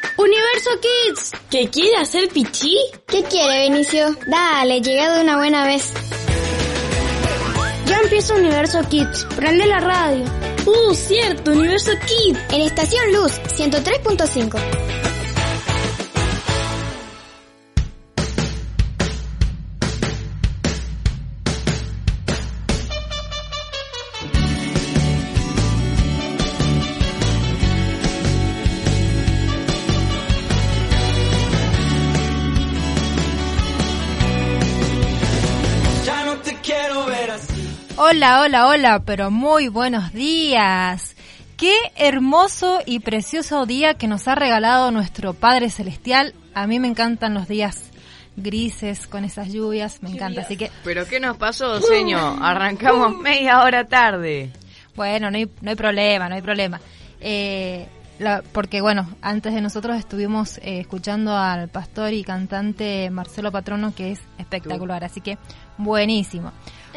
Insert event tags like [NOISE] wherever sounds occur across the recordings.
Paso Kids. ¿Que quiere hacer pichí? ¿Qué quiere, Benicio? Dale, llega de una buena vez. Ya empieza Universo Kids. Prende la radio. ¡Uh, cierto! ¡Universo Kids! En Estación Luz 103.5. Hola, hola, hola, pero muy buenos días. Qué hermoso y precioso día que nos ha regalado nuestro Padre Celestial. A mí me encantan los días grises con esas lluvias, me encanta. Así que, ¿Pero qué nos pasó, señor? Arrancamos media hora tarde. bueno, no hay, no hay problema, no hay problema. Eh, la- porque, bueno, antes de nosotros estuvimos eh, escuchando al pastor y cantante Marcelo Patrono, que es espectacular. Así que, buenísimo.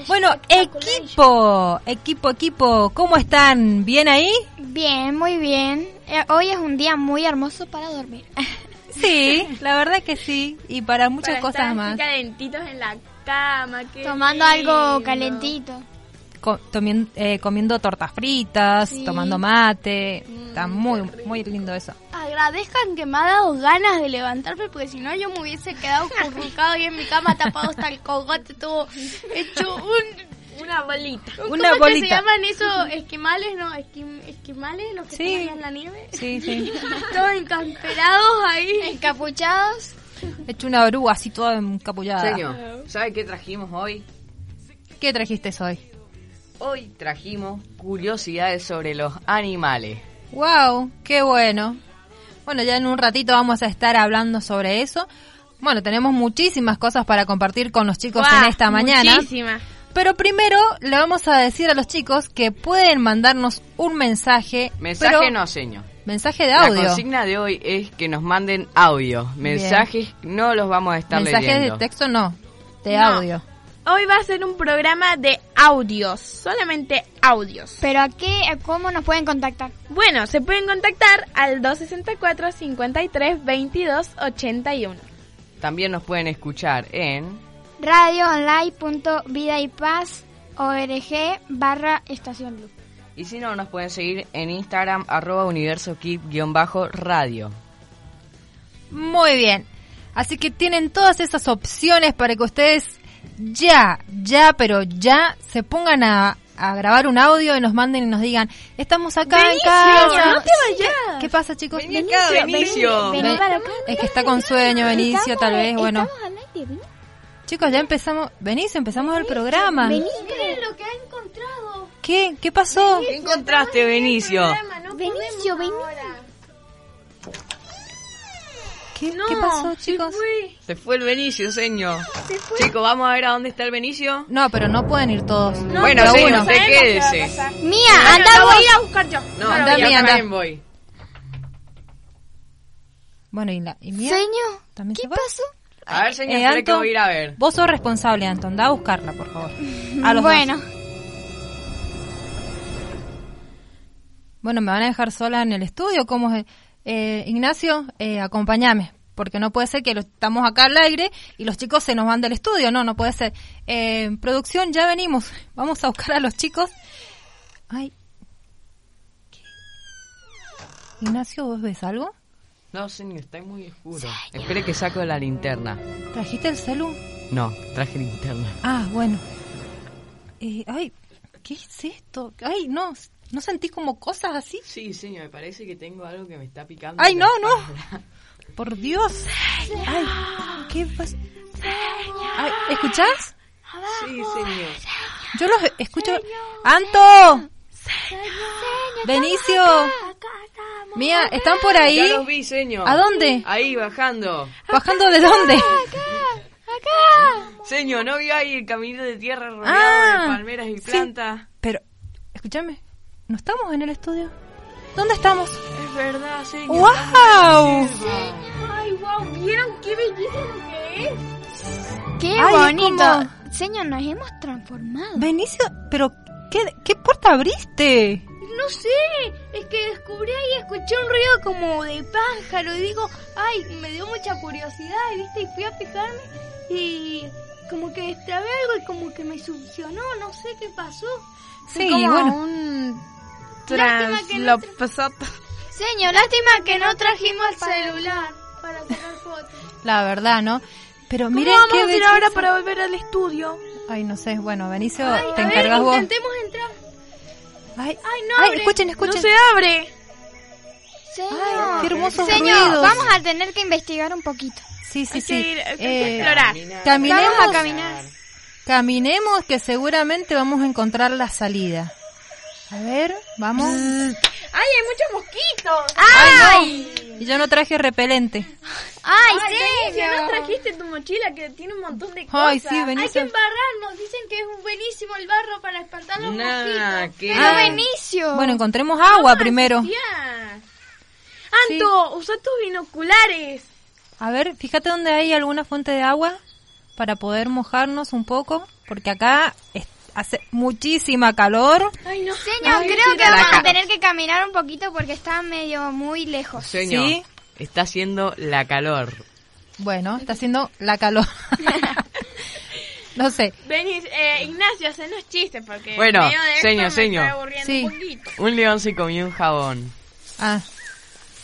Bueno, equipo, equipo, equipo, ¿cómo están? ¿Bien ahí? Bien, muy bien. Eh, hoy es un día muy hermoso para dormir. [LAUGHS] Sí, la verdad que sí. Y para muchas cosas más. calentitos en la cama. qué Tomando algo lindo. calentito. Co- tomien- eh, comiendo tortas fritas, tomando mate. Mm, Está muy, muy lindo eso. Agradezcan que me ha dado ganas de levantarme porque si no yo me hubiese quedado currucado ahí en mi cama tapado hasta el cogote todo hecho un una bolita. Una ¿Cómo es que se bolita. llaman esos esquimales? No, esquim- esquimales, los que Sí. están allá en la nieve. Sí, sí. Todos encamperados ahí. Encapuchados. He hecho una oruga así toda encapullada. Señor, ¿sabe qué trajimos hoy? ¿Qué trajiste hoy? Hoy trajimos curiosidades sobre los animales. Wow, qué bueno. Bueno, ya en un ratito vamos a estar hablando sobre eso. Bueno, tenemos muchísimas cosas para compartir con los chicos en esta mañana. Muchísima. Pero primero le vamos a decir a los chicos que pueden mandarnos un mensaje. Mensaje pero- no, señor. Mensaje de La audio. consigna de hoy es que nos manden audio. Mensajes no los vamos a estar Mensajes leyendo. de texto no, de No. audio. Hoy va a ser un programa de audios, solamente audios. Pero a qué, a cómo nos pueden contactar. Bueno, se pueden contactar al 264 53 22 81. También nos pueden escuchar en... radioonline.vidaypaz.org barra estación luz. Y si no, nos pueden seguir en Instagram, arroba universokid-radio. Muy bien. Así que tienen todas esas opciones para que ustedes ya, ya, pero ya se pongan a, a grabar un audio y nos manden y nos digan, estamos acá en casa. no te vayas. ¿Qué pasa, chicos? Benicio. Ven- es que está con sueño, Benicio, tal vez, bueno. Chicos, ya empezamos, Benicio, empezamos el programa. Miren lo que ha encontrado. ¿Qué? ¿Qué pasó? ¿Qué encontraste, Benicio? Benicio, ¿Qué, qué pasó, chicos? Se fue el Benicio, señor. Chicos, vamos a ver a dónde está el Benicio. No, pero no pueden ir todos. bueno, Pero señor, uno. usted quédese. Mía, Anda, andamos. voy a ir a buscar yo. No, Anda, yo anda. también voy. Bueno, y la y mía Sueño. también ¿Qué se fue. pasó? A ver, señor, Eh, espere que Anton, voy a ir a ver. Vos sos responsable, Anton. Da a buscarla, por favor. A los bueno, dos. Bueno, ¿me van a dejar sola en el estudio? ¿Cómo es? Eh, Ignacio, eh, acompáñame. Porque no puede ser que lo- estamos acá al aire y los chicos se nos van del estudio. No, no puede ser. Eh, producción, ya venimos. [LAUGHS] Vamos a buscar a los chicos. Ay. ¿Qué? Ignacio, ¿vos ves algo? No, señor, está muy oscuro. Espere que saco la linterna. ¿Trajiste el celu? No, traje linterna. Ah, bueno. Eh, ay, ¿qué es esto? Ay, no, no sentí como cosas así. Sí, señor, me parece que tengo algo que me está picando. Ay, no, la no. espalda. Por Dios. Ay, ¿qué pasa? Ay, ¿escuchás? Sí, señor. Yo los escucho. ¡Anto! ¡Benicio! Mía, ¿están por ahí? Ya los vi, señor. ¿A dónde? Ahí, bajando. ¿Bajando de dónde? Señor, ¿no vio ahí el camino de tierra rodeado Ah, de palmeras y sí. plantas? Pero, escúchame, ¿no estamos en el estudio? ¿Dónde estamos? Es verdad, señor. ¡Wow! Ay, wow, ¿vieron qué belleza lo que es? qué Ay, bonito. cómo- Señor, nos hemos transformado. Benicio, pero ¿qué, qué puerta abriste? No sé, es que descubrí ahí, escuché un ruido como de pájaro y digo, ay, me dio mucha curiosidad, ¿viste? Y fui a fijarme y como que destrabé algo y como que me succionó, no sé qué pasó. Sí, como bueno. Un Lástima que no tra- translopesoto. Señor, lástima que no trajimos el celular para sacar fotos. La verdad, ¿no? Pero miren ¿Cómo qué vamos a hacer belleza. ahora para volver al estudio? Ay, no sé, bueno, Benicio, te a ver, encargas vos. intentemos entrar. Ay, Ay, no ay, abre. escuchen, escuchen. No se abre. Señor, qué hermosos señor, ruidos. vamos a tener que investigar un poquito. Sí, sí, Hay sí. que ir, hay que Eh, explorar. Caminemos, Vamos a caminar. caminemos que seguramente vamos a encontrar la salida. A ver, vamos. ¡Ay, hay muchos mosquitos! ¡Ay! no. Y yo no traje repelente. Ay, Ya no señor. trajiste tu mochila que tiene un montón de cosas. Ay, sí, Hay venís. que embarrarnos, dicen que es un buenísimo el barro para espantar los Nah, mosquitos. que... Ah, Benicio. Bueno, encontremos agua primero. Ya. Anto, usa tus binoculares. A ver, fíjate dónde hay alguna fuente de agua para poder mojarnos un poco, porque acá es- hace muchísima calor. Ay, no. Señor, Ay, creo que la vamos ca- a tener que caminar un poquito porque está medio muy lejos. Señor, Sí. está haciendo la calor. Bueno, está haciendo la calor. [LAUGHS] no sé. Vení, eh, Ignacio, hacenos chistes porque. Bueno, medio de esto seño, me seño. está aburriendo Sí. un poquito. Un león se comió un jabón Ah.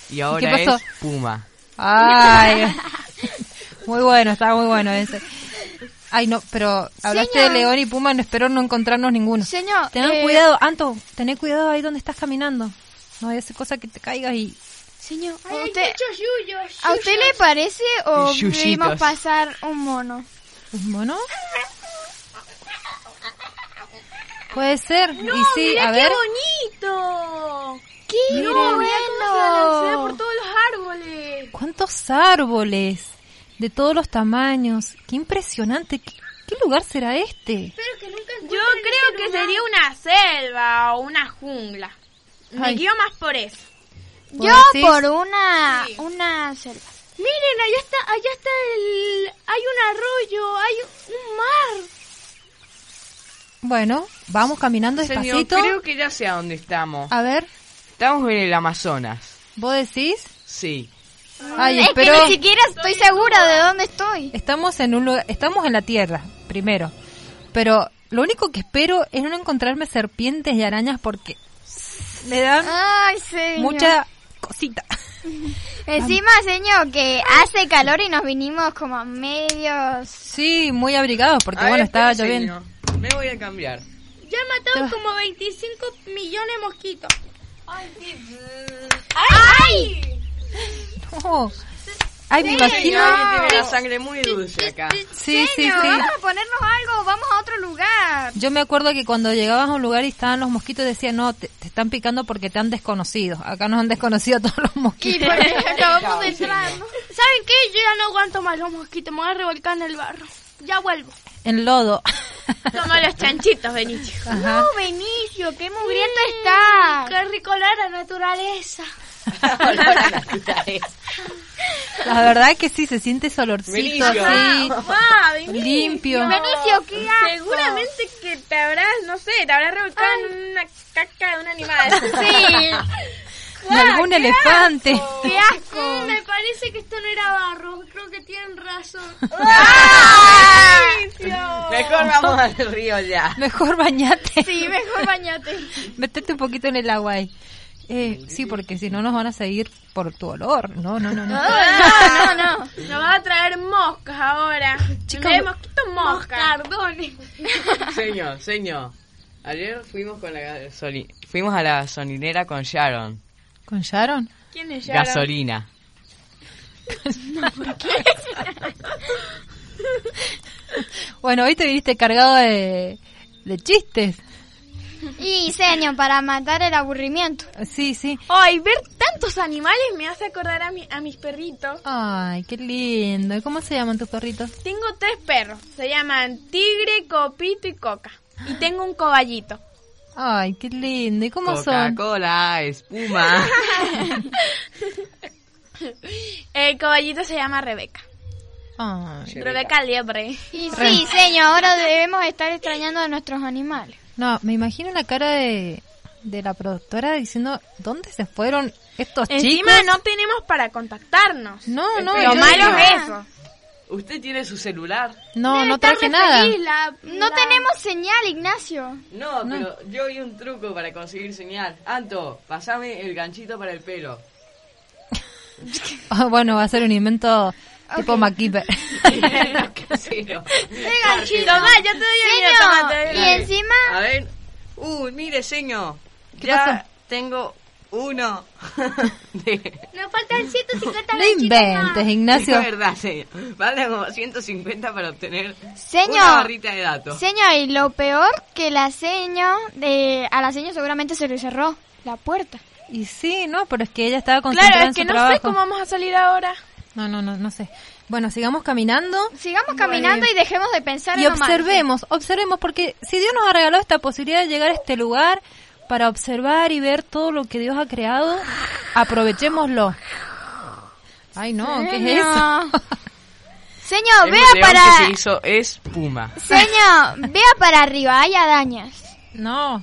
y ahora pasó? es puma. [LAUGHS] Ay. Muy bueno, está muy bueno ese. Ay, no, pero hablaste Señor. de León y Puma, no espero no encontrarnos ninguno. Señor, Tened eh, cuidado, Anto, tené cuidado ahí donde estás caminando. No hay esa cosa que te caigas y... Señor, ¿a Ay, usted, muchos yuyos. ¿a usted le parece o Yuyitos. vimos pasar un mono? ¿Un mono? Puede ser. y sí, Mirá a ver. ¡Qué bonito! ¡Qué No, mirá cómo se balancea por bueno! todos los árboles. ¿Cuántos árboles? De todos los tamaños. Qué impresionante. ¿Qué, qué lugar será este? Yo creo que sería una selva o una jungla. Me Ay. guío más por eso. Yo decís? por una, una selva. Miren, allá está, allá está el... Hay un arroyo, hay un mar. Bueno, vamos caminando Señor, despacito. Ah. creo que ya sé a dónde estamos. A ver, Estamos en el Amazonas. ¿vos decís? Sí. Ay, es espero... que ni siquiera estoy segura de dónde estoy. Estamos en un lugar- estamos en la tierra, primero. Pero lo único que espero es no encontrarme serpientes y arañas porque me dan Ay, señor. mucha cosita. [LAUGHS] Encima, señor, que hace calor y nos vinimos como a medios. Sí, muy abrigados porque A este bueno, ver, estaba espera, lloviendo. señor. Me voy a cambiar. Ya Ah. matamos como 25 millones de mosquitos. No. Ay, me imagino. Alguien tiene la sangre muy dulce acá. Sí, sí, Señor, sí. vamos a ponernos algo, vamos a otro lugar. Yo me acuerdo que cuando llegabas a un lugar y estaban los mosquitos decían, "No, te, te están picando porque te han desconocido." Acá nos han desconocido todos los Y mosquitos. por [LAUGHS] eso [LAUGHS] acabamos de entrar, ¿no? ¿Saben qué? Yo ya no aguanto más los mosquitos, me voy a revolcar en el barro. Ya vuelvo. En lodo. Como los chanchitos, Benicio. Ajá. Oh, Benicio, qué mugriento está. Qué rico olor a naturaleza. [LAUGHS] La verdad que sí se siente ese olorcito Benicio. así, ¡Guau, Benicio! limpio. Benicio, ¿qué asco. Seguramente que te habrás, no sé, te habrás revolcado en una caca de un animal. de algún elefante. ¡Qué asco! Mm, me parece que esto no era barro. Creo que tienen razón. Mejor vamos al río ya. Mejor bañate, Sí, mejor bañate. metete un poquito en el agua ahí. Eh, sí, porque si no nos van a seguir por tu olor. No, no, no, no. No, no, no. Nos va a traer moscas ahora. Chica, Chica, mosquito mosca. Cardones. Señor, señor. Ayer fuimos con la gasoli- fuimos a la gasolinera con Sharon. ¿Con Sharon? ¿Quién es Sharon? Gasolina. Bueno, hoy te viniste cargado de, de chistes. Y, señor, para matar el aburrimiento. Sí, sí. Ay, ver tantos animales me hace acordar a, mi- a mis perritos. Ay, qué lindo. ¿Y ¿Cómo se llaman tus perritos? Tengo tres perros. Se llaman Tigre, Copito y Coca. Y tengo un coballito. Ay, qué lindo. ¿Y cómo son? [LAUGHS] Coca-Cola, espuma. El coballito se llama Rebeca. Ay, Rebeca Liebre. Y sí, señor, ahora debemos estar extrañando a nuestros animales. no, me imagino la cara de, de la productora diciendo dónde se fueron estos Encima chicos. no tenemos para contactarnos. No, no, Lo yo malo digo- es eso. ¿Usted tiene su celular? No, Debe no estar traje re nada. feliz la- No la- tenemos señal, Ignacio. No, pero yo vi un truco para conseguir señal. Anto, pasame el ganchito para el pelo. [LAUGHS] [LAUGHS] Ah, bueno, va a ser un invento [LAUGHS] tipo MacGyver. Casero. Tomá, yo te doy el mío, tomá, te doy el Señor, y mío. encima A ver. Uy, mire, señor. ¿Qué ya pasó? tengo uno. de... Nos faltan 150 no ganchitos inventes, más. Ignacio. Es verdad, señor. Vale como 150 para obtener una Señor, barrita de datos. señor, y lo peor que la seño, de, a la seño seguramente se le cerró la puerta. Y sí, no, pero es que ella estaba concentrada Claro, en es su que no trabajo. sé cómo vamos a salir ahora. No, no, no, no sé. Bueno, sigamos caminando Sigamos caminando y dejemos de pensar y en lo malo. observemos, observemos, porque si Dios nos ha regalado esta posibilidad de llegar a este lugar para observar y ver todo lo que Dios ha creado, aprovechémoslo. Ay, no, ¿qué es Señor. eso? Señor, El vea león para que se hizo es Puma. Señor, vea para arriba, hay arañas. no.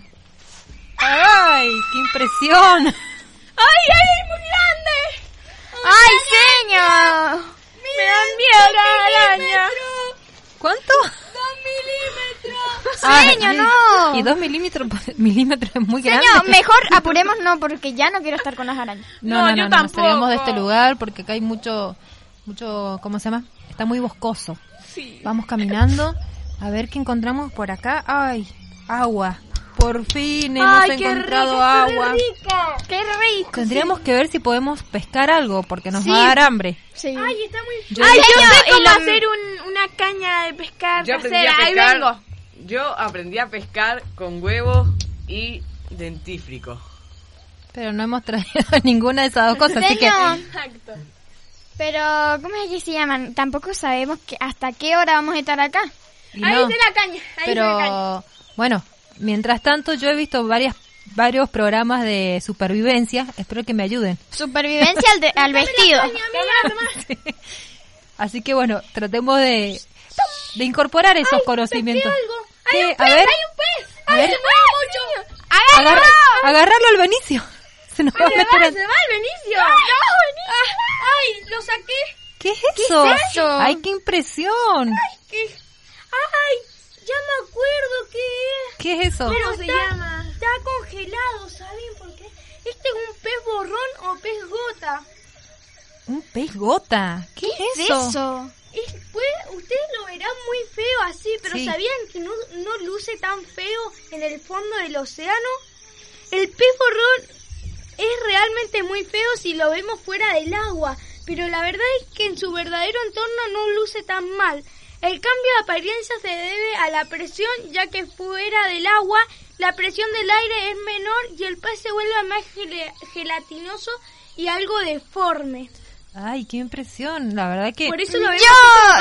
Ay, qué impresión. ¡Ay, señor! Me dan miedo las arañas. ¿Cuánto? Dos Señor, no. Y dos milímetros, [LAUGHS] por- milímetros es muy grande. Señor, mejor apurémonos porque ya no quiero estar con las arañas. No, no, no, no, salgamos de este lugar porque acá hay mucho, mucho, ¿cómo se llama? Está muy boscoso. Vamos caminando a ver qué encontramos por acá. Ay, agua. Por fin hemos encontrado agua. ¡Qué rico! Tendríamos que ver si podemos pescar algo porque nos Sí. va a dar hambre. Sí. Ay, está muy... Yo- Ay, yo Señor, sé y cómo lo- hacer un- una caña de pescar Yo aprendí a casera. Ahí pescar- vengo. Yo aprendí a pescar con huevos y dentífrico. Pero no hemos traído [LAUGHS] ninguna de esas dos cosas, así que Señor, pero ¿cómo es que se llaman? Tampoco sabemos que hasta qué hora vamos a estar acá. y Ahí no. de la caña. Ahí de la caña. Pero bueno, mientras tanto yo he visto varias varios programas de supervivencia, espero que me ayuden. Supervivencia [LAUGHS] al, de- al vestido. [LAUGHS] Así que bueno, tratemos de, de incorporar esos conocimientos. Sí, a ver, pues, a ver, agarra- agarrarlo al Benicio. [LAUGHS] Se Ah, nos va a meter al- va el Benicio! ¡Ay, lo saqué! ¿Qué es eso? eso? Ay, qué impresión. Ay, ya me acuerdo que es. ¿Qué es eso? Pero está, Está congelado, ¿saben por qué? Este es un pez borrón o pez gota. Un pez gota. ¿Qué, es eso? Eso. Es, pues, ustedes lo verán muy feo así, pero Sí. ¿sabían que no, no luce tan feo en el fondo del océano? El pez borrón es realmente muy feo si lo vemos fuera del agua, pero la verdad es que en su verdadero entorno no luce tan mal. El cambio de apariencia se debe a la presión, ya que fuera del agua la presión del aire es menor y el pez se vuelve más gele- gelatinoso y algo deforme. Ay, qué impresión. La verdad que Por eso lo Yo,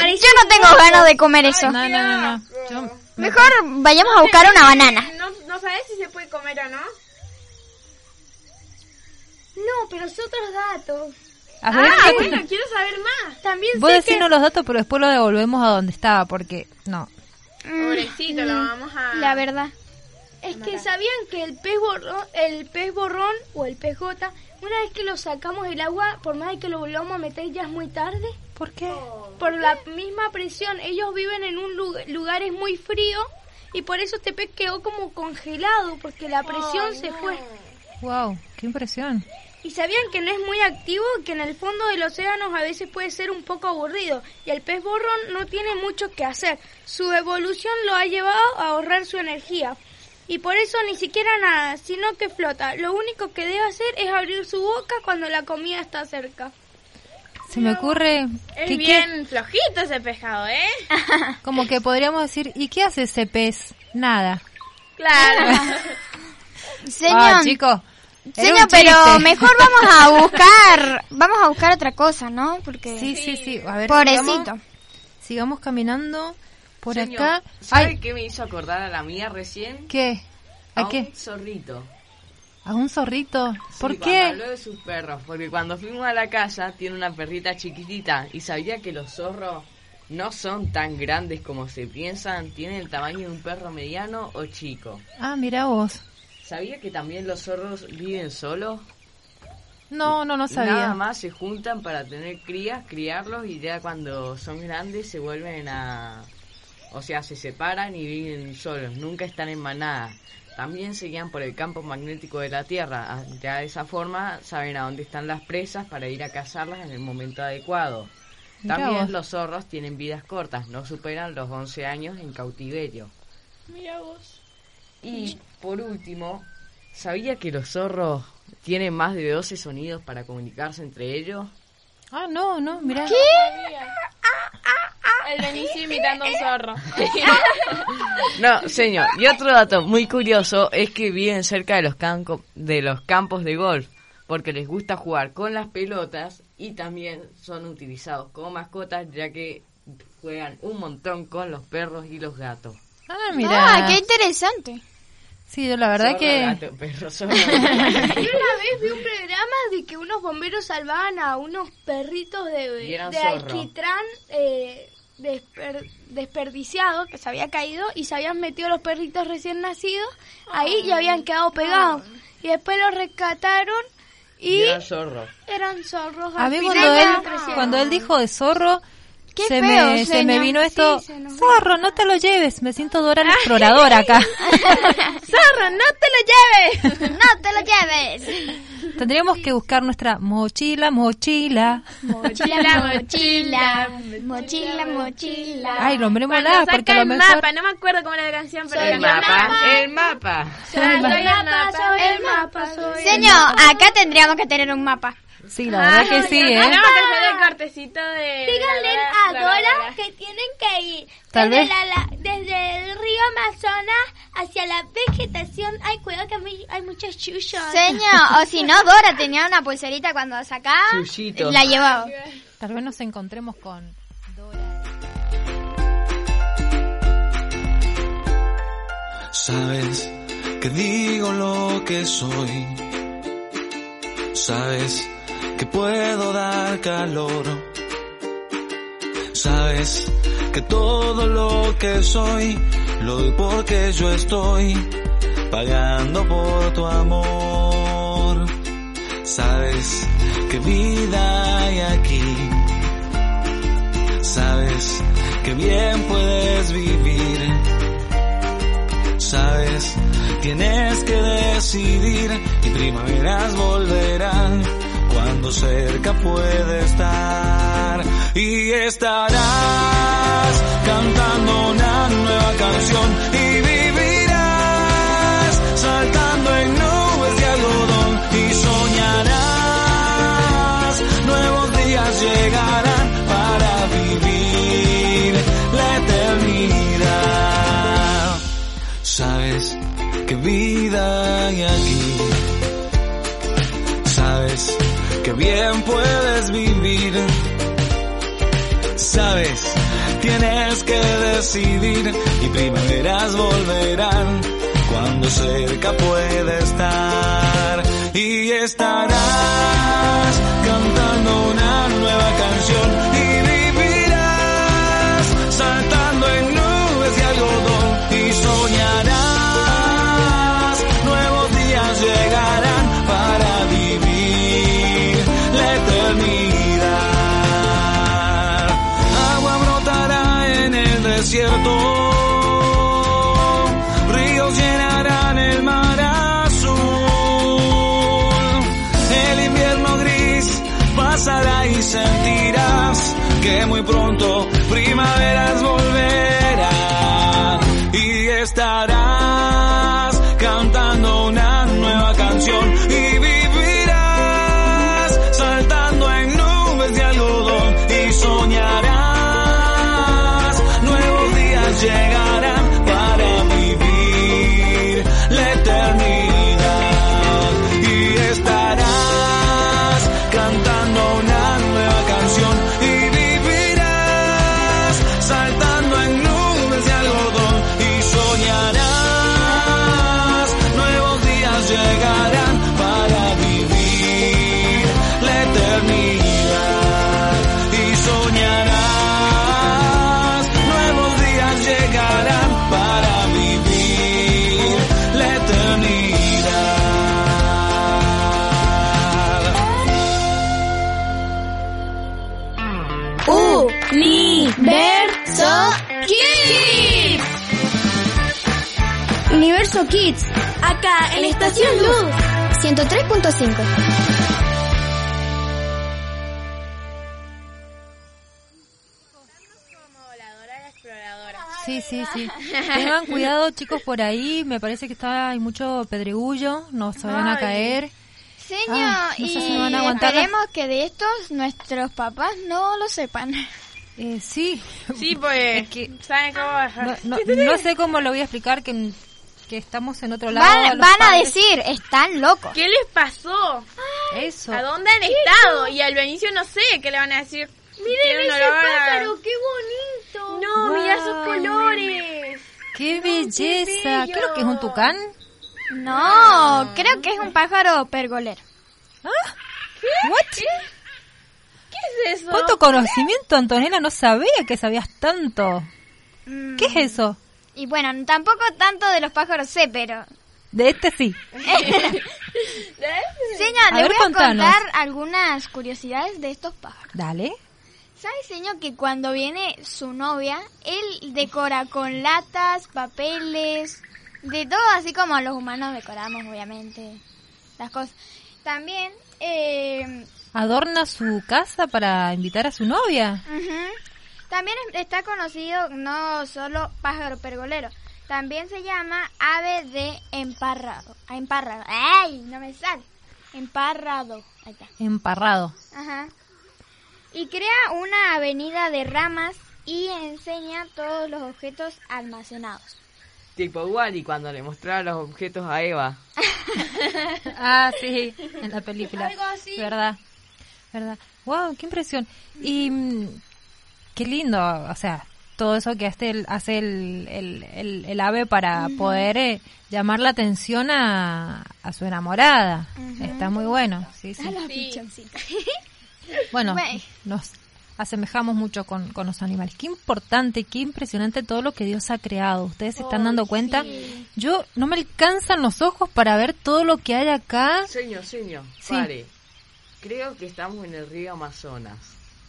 vemos yo no tengo ganas de comer eso. no, no, no, no. Yo- Mejor vayamos a buscar una banana. No, no sabes si se puede comer o no. No, pero es otros datos. a ver, Ah, fíjate. bueno, quiero saber más. También Vos sé que... decirnos los datos, pero después lo devolvemos a donde estaba, porque no. Pobrecito, lo vamos a... Mm, La verdad. Ah, Es que sabían que el pez borrón, el pez borrón o el pez gota, una vez que lo sacamos del agua, por más de que lo volvamos a meter ya es muy tarde, ¿Por qué? Oh. por la misma presión, ellos viven en un lu- lugares muy frío y por eso este pez quedó como congelado porque la presión se Oh, fue. Wow, qué impresión. Y sabían que no es muy activo, que en el fondo del océano a veces puede ser un poco aburrido y el pez borrón no tiene mucho que hacer. Su evolución lo ha llevado a ahorrar su energía. Y por eso ni siquiera nada, sino que flota. Lo único que debe hacer es abrir su boca cuando la comida está cerca. Se me ocurre Es que, que- bien flojito ese pescado, ¿eh? como que podríamos decir, ¿y qué hace ese pez? Nada. Claro. Señor, Ah, chico. era señor, un pero chiste. [LAUGHS] mejor vamos a buscar, vamos a buscar otra cosa, ¿no? Porque Sí, sí, sí. A ver, pobrecito. sigamos, sigamos caminando por Señor, acá. ¿Sabe Ay, qué me hizo acordar a la mía recién? ¿qué? ¿A, qué? un zorrito. ¿A un zorrito? ¿Por Sí, cuando qué? Habló de sus perros, porque cuando fuimos a la casa tiene una perrita chiquitita y sabía que los zorros no son tan grandes como se piensan, tienen el tamaño de un perro mediano o chico. Ah, mira vos. ¿Sabía que también los zorros viven solos? No, no, no Nada sabía. más se juntan para tener crías, criarlos y ya cuando son grandes se vuelven a... O sea, se separan y viven solos, nunca están en manada. También se guían por el campo magnético de la Tierra. Ah, Ya de esa forma saben a dónde están las presas para ir a cazarlas en el momento adecuado. Mirá vos. También los zorros tienen vidas cortas, no superan los 11 años en cautiverio. Mira vos. Y por último, ¿sabía que los zorros tienen más de 12 sonidos para comunicarse entre ellos? Ah, no, no, mirá. El Benicio imitando a un zorro. No, señor. Y otro dato muy curioso es que viven cerca de los, canco- de los campos de golf, porque les gusta jugar con las pelotas y también son utilizados como mascotas ya que juegan un montón con los perros y los gatos. Ah, Ah, mirá. qué interesante. Sí, yo la verdad Zorro, que... gato, [LAUGHS] perro, zorro, gato. Yo una vez vi un programa de que unos bomberos salvaban a unos perritos de, Y eran de zorro. alquitrán eh, desper- desperdiciados que se había caído y se habían metido los perritos recién nacidos ahí y habían quedado pegados. Y después los rescataron y Eran zorros. eran zorros. A al mí final Ah, cuando y él, no crecieron. cuando él dijo de zorro, Qué se, feo, me, se me señor. vino esto... Sí, se nos- zorro, no te lo lleves, me siento Dora la exploradora [LAUGHS] acá. [LAUGHS] ¡Zorro, no te lo lleves! No te [LAUGHS] lo lleves. Tendríamos que buscar nuestra mochila, mochila. Mochila, mochila, mochila, mochila. Ay, Cuando nombrémosla, porque saca a lo el mejor... [LAUGHS] mapa, no me acuerdo cómo era la canción, pero El mapa. El mapa. Soy Soy el mapa, soy el mapa, soy el Señor, acá tendríamos que tener un mapa. Sí, la verdad que sí, ¿eh? Tenemos que hacer el cortecito de... Díganle a Dora que tienen que ir Tal desde, vez. la- la- desde el río Amazonas hacia la vegetación. Ay, cuidado que a mí hay muchos chuchos. Señor, o si no, Dora tenía una pulserita cuando sacaba Chuchito. la llevaba. Tal vez nos encontremos con... Sabes que digo lo que soy. Sabes que puedo dar calor. Sabes que todo lo que soy lo doy porque yo estoy pagando por tu amor. Sabes que vida hay aquí. Sabes que bien puedes vivir. Sabes, tienes que decidir y primaveras volverán cuando cerca puede estar. Y estarás cantando una nueva canción y vivirás saltando en nubes de algodón y soñarás. Nuevos días llegarán para vivir la eternidad. Sabes que vida hay aquí. Sabes que bien puedes vivir. Sabes, tienes que decidir y primaveras volverán cuando cerca puede estar. Y estarás cantando una nueva canción y vivirás saltando en nubes de algodón y soñarás. Nuevos días llegarán para vivir la eternidad. Agua brotará en el desierto, ríos llenarán el mar azul. El invierno gris pasará y sentirás que muy pronto primaveras volverá y estarás cantando una nueva canción y vivirás saltando en nubes de algodón y soñarás nuevos días llegarán para vivir la eternidad y estarás cantando una nueva canción y vivirás saltando Universo Kids. Acá en Estación Luz. 103.5. Sí, sí, sí. [LAUGHS] Tengan cuidado, chicos, por ahí. Me parece que está hay mucho pedregullo. No se van a caer. Señor, Ah, no sé y si me van a aguantar las- esperemos que de estos nuestros papás no lo sepan. Eh, sí. Sí, pues. ¿Saben cómo No, bajar? no- no sé cómo lo voy a explicar que, que estamos en otro lado. [LAUGHS] Van, los van a padres. decir, están locos. ¿Qué les pasó? Eso. ¿A dónde han estado? Y al Benicio no sé qué le van a decir. Tiene un olor a- qué bonito. No, mira esos Guau. colores. ¡Qué belleza! Creo que es un tucán. No, creo que es un pájaro pergolero. ¿Ah? ¿What? ¿Qué es eso? ¿Cuánto conocimiento, Antonella? No sabía que sabías tanto. Mm, ¿Qué es eso? Y bueno, tampoco tanto de los pájaros sé, pero... De este sí. Señor, A le ver, voy a contanos. contar algunas curiosidades de estos pájaros. Dale. ¿Sabes, señor, que cuando viene su novia, él decora con latas, papeles, de todo, así como los humanos decoramos, obviamente, las cosas. También, eh, Adorna su casa para invitar a su novia. ujú, también es- está conocido no solo pájaro pergolero, también se llama ave de emparrado. ah, Emparrado. ¡Ay! No me sale. Emparrado. Ahí está. Mm. Emparrado. Ajá. Y crea una avenida de ramas y enseña todos los objetos almacenados. Tipo Wally cuando le mostraba los objetos a Eva. Ah, sí, en la película. Algo así. ¿Verdad? ¿Verdad? ¡Wow! ¡Qué impresión! Y mm, qué lindo, o sea, todo eso que hace el, hace el, el, el- el ave para poder eh, llamar la atención a, a su enamorada. Está muy bueno. Sí, sí. [LAUGHS] Bueno, Güey. nos asemejamos mucho con, con los animales. Qué importante, qué impresionante todo lo que Dios ha creado. Ustedes se están dando cuenta. Yo no me alcanzan los ojos para ver todo lo que hay acá. Señor, señor, Sí. pare. Creo que estamos en el río Amazonas.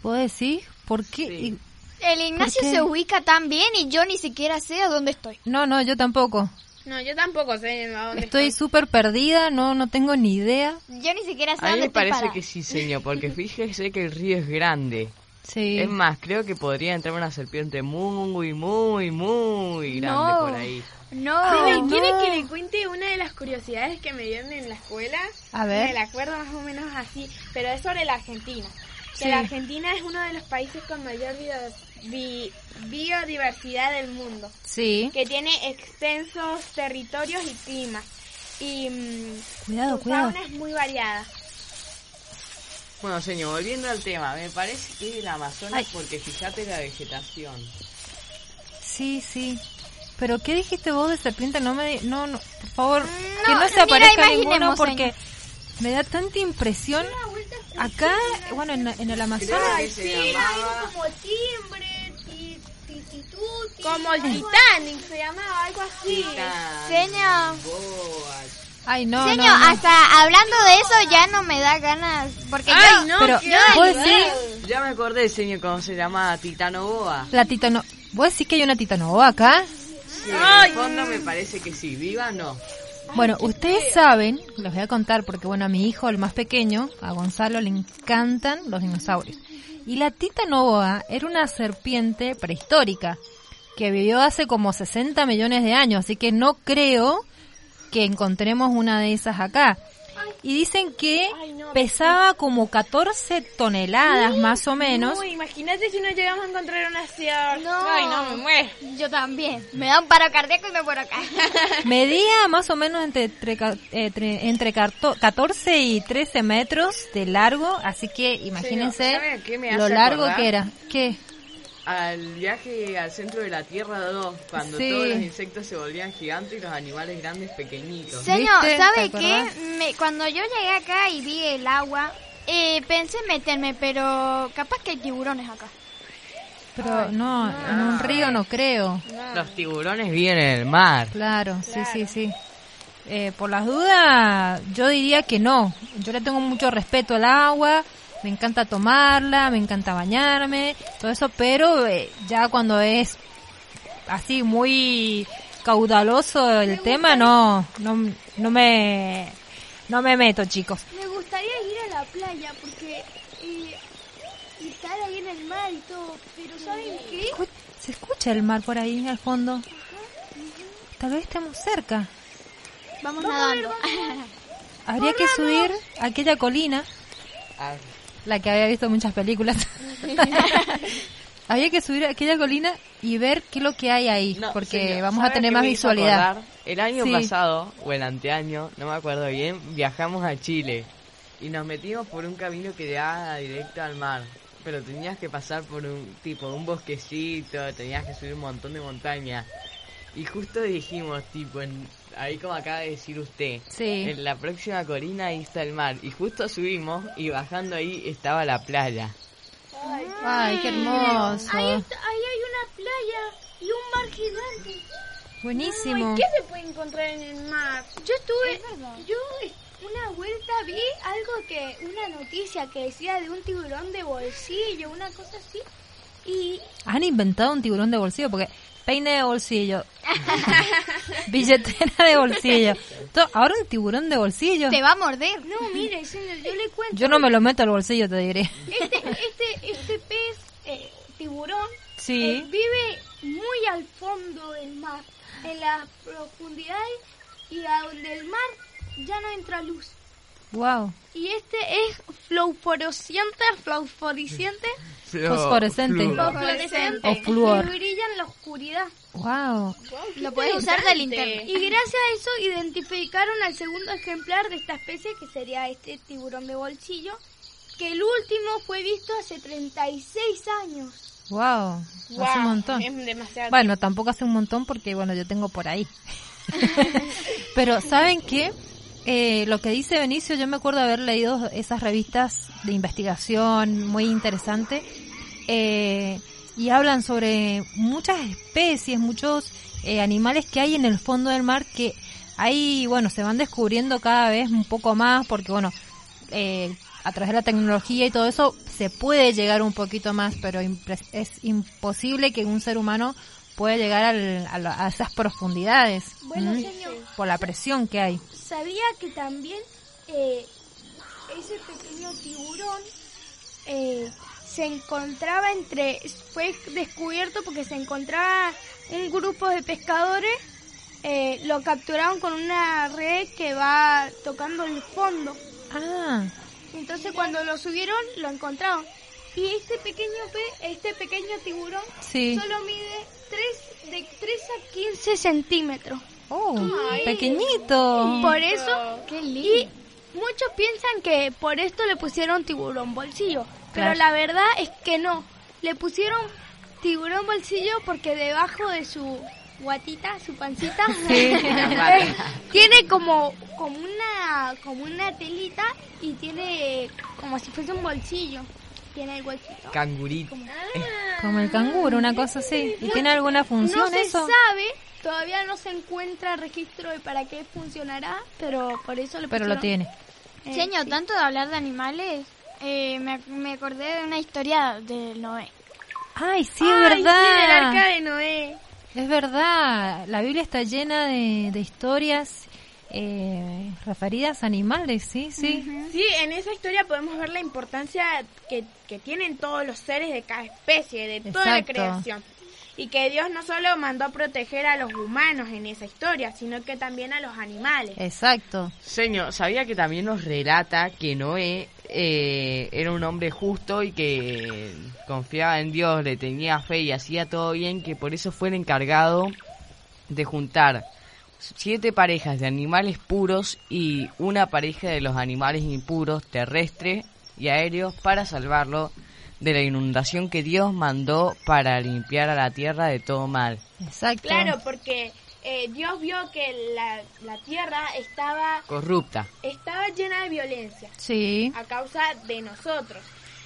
¿Puedo decir? ¿Por qué? Sí. El Ignacio qué? se ubica tan bien y yo ni siquiera sé a dónde estoy. Y- No, no, yo tampoco. No, yo tampoco sé a dónde Estoy súper perdida, no no tengo ni idea. Yo ni siquiera sé A mí dónde me estoy parece parada. [LAUGHS] que sí, señor, porque fíjese que el río es grande. Sí. Es más, creo que podría entrar una serpiente muy, muy, muy grande No. por ahí. No. ¿Quieren que le cuente una de las curiosidades que me dieron en la escuela? A ver. Me la acuerdo más o menos así, pero es sobre la Argentina. Que Sí. la Argentina es uno de los países con mayor bio- bi- biodiversidad del mundo, Sí. que tiene extensos territorios y climas. Y mm, Cuidado, su cuidado. fauna es muy variada. Bueno, señor, volviendo al tema, me parece que es el Amazonas Ay. porque fíjate la vegetación. Sí, sí. Pero ¿qué dijiste vos de serpiente? No me no, no, por favor, No, que no se mira, aparezca ninguno imaginemos, porque me da tanta impresión acá, eh, bueno, en, en el Amazonas. Creo que se llamaba- Como timbre, ti- ti- ti- tu- ti- Como el Titanic, se llamaba algo así. Señor, Boa, Ay, no, no, señor, ah, no. hasta hablando de eso ya no me da ganas. Porque yo... Pero vos decís Ya me acordé, señor, cómo se llamaba Titanoboa. la titano, vos decís que hay una titanoa acá? Sí, en el fondo me parece que sí, viva no. Bueno, ustedes saben, les voy a contar porque bueno, a mi hijo, el más pequeño, a Gonzalo le encantan los dinosaurios. Y la titanoboa era una serpiente prehistórica que vivió hace como 60 millones de años, así que no creo que encontremos una de esas acá. Y dicen que pesaba como 14 toneladas más o menos. Uy, imagínate si no llegamos a encontrar una ciudad. Ay, no, me muero. Yo también. Me da un paro cardíaco y me muero acá. Medía más o menos entre, tre- ca- eh, tre- entre carto- 14 y 13 metros de largo, así que imagínense ¿sabe a qué me lo hace largo acordar? que era. ¿Qué? Al viaje al centro de la Tierra 2, cuando Sí. todos los insectos se volvían gigantes y los animales grandes pequeñitos. Señor, ¿Viste? ¿sabe ¿Te qué? acordás? Me- cuando yo llegué acá y vi el agua, eh, pensé en meterme, pero capaz que hay tiburones acá. Pero no, en un río no creo. Los tiburones vienen del mar. Claro, sí, sí, sí. Eh, por las dudas, yo diría que no. Yo le tengo mucho respeto al agua, me encanta tomarla, me encanta bañarme, todo eso, pero eh, ya cuando es así muy caudaloso el tema, no, no, no me, no me meto, chicos. Me gustaría ir a la playa porque eh, y estar ahí en el mar y todo, pero ¿saben qué? Escu- Se escucha el mar por ahí al fondo. Tal vez estemos cerca. Vamos nadando. [LAUGHS] Habría que subir aquella colina, Ah, la que había visto en muchas películas. [LAUGHS] Habría que subir aquella colina y ver qué es lo que hay ahí, no, porque señor, vamos a ¿sabe tener qué más me hizo visualidad. acordar? El año Sí. pasado, o el anteaño, no me acuerdo bien, viajamos a Chile y nos metimos por un camino que llevaba directo al mar. Pero tenías que pasar por un tipo, un bosquecito, tenías que subir un montón de montañas. Y justo dijimos, tipo, en- ahí como acaba de decir usted, Sí. en la próxima corina ahí está el mar. Y justo subimos y bajando ahí estaba la playa. Ay, qué hermoso. Ahí, está- ahí hay una playa y un mar gigante. Buenísimo. ¿Qué se puede encontrar en el mar? Yo estuve, yo una vuelta vi algo que, una noticia que decía de un tiburón de bolsillo, una cosa así. Y Han inventado un tiburón de bolsillo porque peine de [LAUGHS] bolsillo, billetera de bolsillo. To- Ahora un tiburón de bolsillo. Te va a morder. [LAUGHS] no, mire, señor, yo le cuento. Yo no me lo meto al bolsillo, te diré. Este, este, este pez, eh, tiburón, eh, Sí. vive muy al fondo del mar, en las profundidades y a donde el mar ya no entra luz. Wow. Y este es fluorescente, fluorescente, Flo- Fosforescente. fluo. fluorescente, O flúor. y brilla en la oscuridad. Wow. Lo puedes usar de linterna. Y gracias a eso identificaron al segundo ejemplar de esta especie, que sería este tiburón de bolsillo, que el último fue visto hace 36 años. Wow. Hace un montón. Es demasiado. Bueno, tampoco hace un montón porque, bueno, yo tengo por ahí. Pero, ¿saben qué? Eh, lo que dice Benicio, yo me acuerdo haber leído esas revistas de investigación muy interesante eh, y hablan sobre muchas especies, muchos eh, animales que hay en el fondo del mar que ahí, bueno, se van descubriendo cada vez un poco más porque, bueno, eh, a través de la tecnología y todo eso se puede llegar un poquito más, pero impre- es imposible que un ser humano pueda llegar al- a, la- a esas profundidades Mm. Bueno, ¿m? señor, por la presión que hay. sabía que también eh, ese pequeño tiburón eh, se encontraba entre, fue descubierto porque se encontraba un grupo de pescadores, eh, lo capturaron con una red que va tocando el fondo. Ah, Entonces cuando lo subieron lo encontraron. Y este pequeño pe- este pequeño tiburón sí. solo mide 3 de 3 a 15 centímetros. Oh, pequeñito. Por eso y muchos piensan que por esto le pusieron tiburón bolsillo, pero Claro. la verdad es que no. Le pusieron tiburón bolsillo porque debajo de su guatita, su [LAUGHS] pancita, [LAUGHS] eh, tiene como como una como una telita y tiene como si fuese un bolsillo. Tiene el huequito. Cangurito. Eh. Como el canguro, una cosa así. ¿Y tiene alguna No función se eso? sabe, todavía no se encuentra registro de para qué funcionará, pero por eso le Pero lo pusieron- tiene. Eh, Señor, tanto de hablar de animales, eh, me, me acordé de una historia del Noé. Ay, Ay, sí, sí, del verdad. arca de Noé. Es verdad, la Biblia está llena de, de historias eh, referidas a animales, sí, sí. Sí, en esa historia podemos ver la importancia que, que tienen todos los seres de cada especie, de toda la Exacto. creación. Y que Dios no solo mandó a proteger a los humanos en esa historia, sino que también a los animales. Exacto. Señor, sabía que también nos relata que Noé eh, era un hombre justo y que confiaba en Dios, le tenía fe y hacía todo bien, que por eso fue el encargado de juntar siete parejas de animales puros y una pareja de los animales impuros terrestres y aéreos para salvarlo de la inundación que Dios mandó para limpiar a la tierra de todo mal. Exacto. Claro, porque eh, Dios vio que la, la tierra estaba, Corrupta. estaba llena de violencia Sí, a causa de nosotros.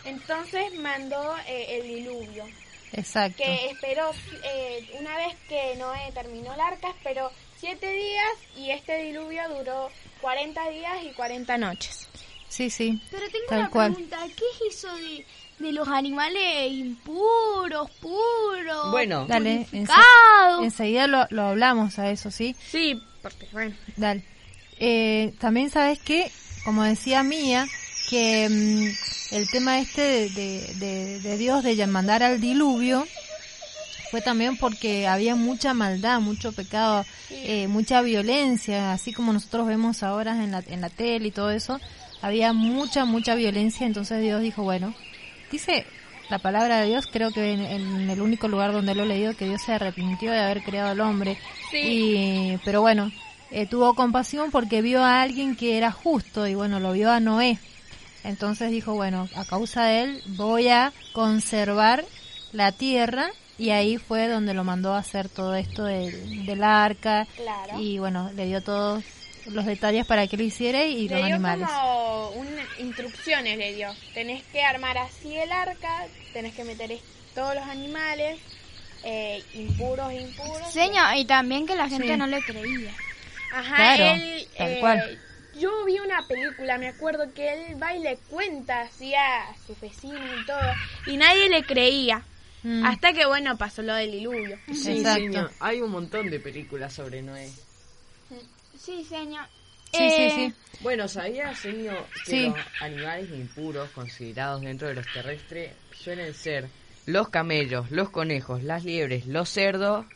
Entonces mandó eh, el diluvio. exacto. que esperó eh, una vez que Noé terminó el arca, esperó siete días y este diluvio duró 40 días y 40 noches. Sí, sí. Pero tengo Tal una cual. pregunta, ¿qué es eso de, de los animales impuros, puros. Bueno, Dale, ense- purificados. enseguida lo, lo hablamos a eso, ¿sí? Sí, porque bueno. Dale. Eh, también sabes que, como decía Mía, que mm, el tema este de, de- de- de Dios de mandar al diluvio fue también porque había mucha maldad, mucho pecado, eh, mucha violencia, así como nosotros vemos ahora en la, en la tele y todo eso, había mucha, mucha violencia, entonces Dios dijo, bueno, dice la palabra de Dios, creo que en, en el único lugar donde lo he leído, que Dios se arrepintió de haber creado al hombre, y, pero bueno, eh, tuvo compasión porque vio a alguien que era justo y bueno, lo vio a Noé. Entonces dijo, bueno, a causa de él voy a conservar la tierra y ahí fue donde lo mandó a hacer todo esto del, del arca Claro. y bueno, le dio todos los detalles para que lo hiciera y le los dio animales. como una- instrucciones, le dio. Tenés que armar así el arca, tenés que meter es- todos los animales, eh, impuros, impuros. Señor, y también que la gente no le creía. Ajá, Claro, él, tal eh, cual. Yo vi una película, me acuerdo que él va y le cuenta así a sus vecinos y todo, y nadie le creía. Mm, Hasta que, bueno, pasó lo del diluvio. sí, Exacto. señor. Hay un montón de películas sobre Noé. Sí, señor. sí, sí, Eh, sí. Bueno, ¿sabías, señor, que Sí. los animales impuros considerados dentro de los terrestres suelen ser los camellos, los conejos, las liebres, los cerdos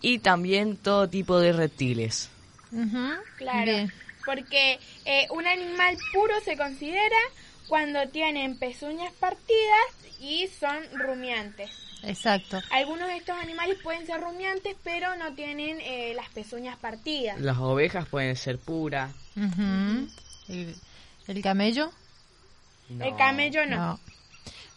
y también todo tipo de reptiles? Ujú, Claro. bien. Porque eh, un animal puro se considera cuando tienen pezuñas partidas y son rumiantes. Exacto. Algunos de estos animales pueden ser rumiantes, pero no tienen eh, las pezuñas partidas. Las ovejas pueden ser puras. Ujú. El- el camello. No. El camello no. No.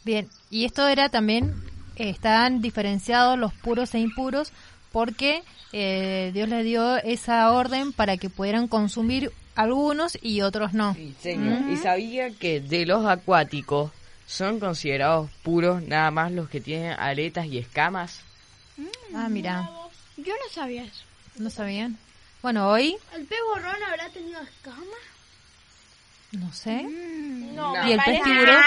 Bien, y esto era también, eh, estaban diferenciados los puros e impuros porque eh, Dios les dio esa orden para que pudieran consumir algunos y otros no. Sí, señor. Mm. Y sabía que de los acuáticos son considerados puros nada más los que tienen aletas y escamas. Ah, mira, Yo no sabía eso. no sabían. Bueno, hoy, ¿El pez borrón habrá tenido escamas? no sé. Mm. No, ¿Y el pez parece- tiburón?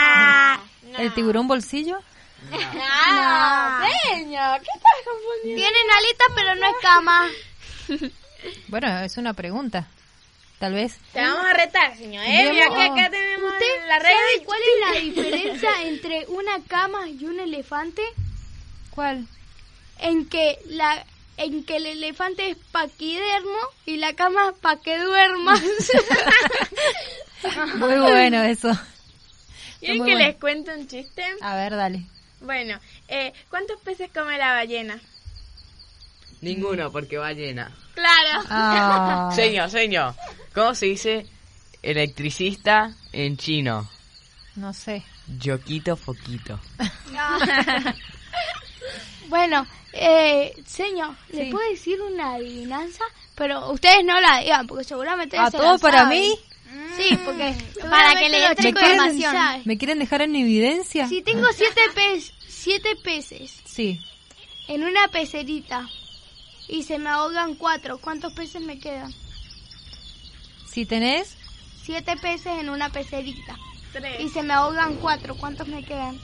no. ¿El tiburón bolsillo? No, señor, ¿qué estás confundiendo? Tienen alitas, pero no escamas. [LAUGHS] Bueno, es una pregunta. Tal [LAUGHS] vez. Te vamos a retar, señor. ¿eh? Mira que acá tenemos ¿Usted la red. sabe cuál es la diferencia entre una cama y un elefante? ¿Cuál? En que la en que el elefante es paquidermo y la cama es pa' que duermas. Muy bueno eso. ¿Quieren muy que bueno. les cuente un chiste? A ver, [LAUGHS] dale. Bueno, eh, ¿cuántos peces come la ballena? Mm. Ninguno, porque va llena. Claro. Ah. Señor, señor. ¿Cómo se dice electricista en chino? No sé. Yoquito foquito. Ah. [LAUGHS] bueno, eh, señor, ¿le Sí. puedo decir una adivinanza? Pero ustedes no la digan, porque seguramente ¿A se Ah, todo la para saben. mí? Sí, Mm. porque Para que le dé seguramente otra ¿Me lo tienen información. saben. quieren, ¿Me quieren dejar en evidencia? Si tengo siete, pez, siete peces Sí. en una pecerita y se me ahogan cuatro, ¿cuántos peces me quedan? Si tenés, Siete peces en una pecerita y Tres. se me ahogan cuatro, ¿cuántos me quedan? No,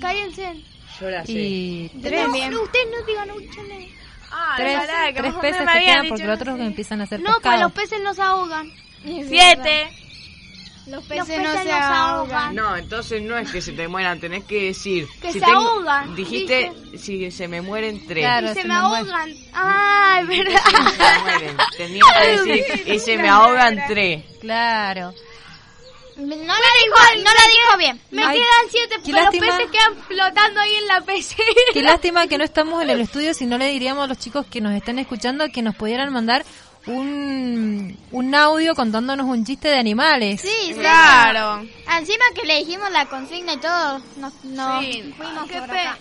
Cállense. yo la sé. y No, no, ustedes no digan úchenle. Ay, tres, pará, que tres vos peces me te habías quedan dicho, porque no los otros sé. empiezan a hacer No, pues pescado. los peces no se ahogan. Siete. Los peces, Los peces no se ahogan. No, entonces no es que se te mueran, tenés que decir. Que si se tengo- ahogan, Dijiste, si se me mueren tres. Claro, Y se se me me muere. ahogan. Ay, Si verdad. se me mueren, tenía que decir. Y se me ahogan tres. Claro. [LAUGHS] No la dijo, no la dijo bien. Me Ay, quedan siete, qué pero los lástima. peces quedan flotando ahí en la pecerita. Qué lástima que no estamos en el estudio, si no le diríamos a los chicos que nos están escuchando que nos pudieran mandar un, un audio contándonos un chiste de animales. Sí, sí. Claro. Encima que le dijimos la consigna y todo, nos, nos Sí. fuimos Qué por pena. acá.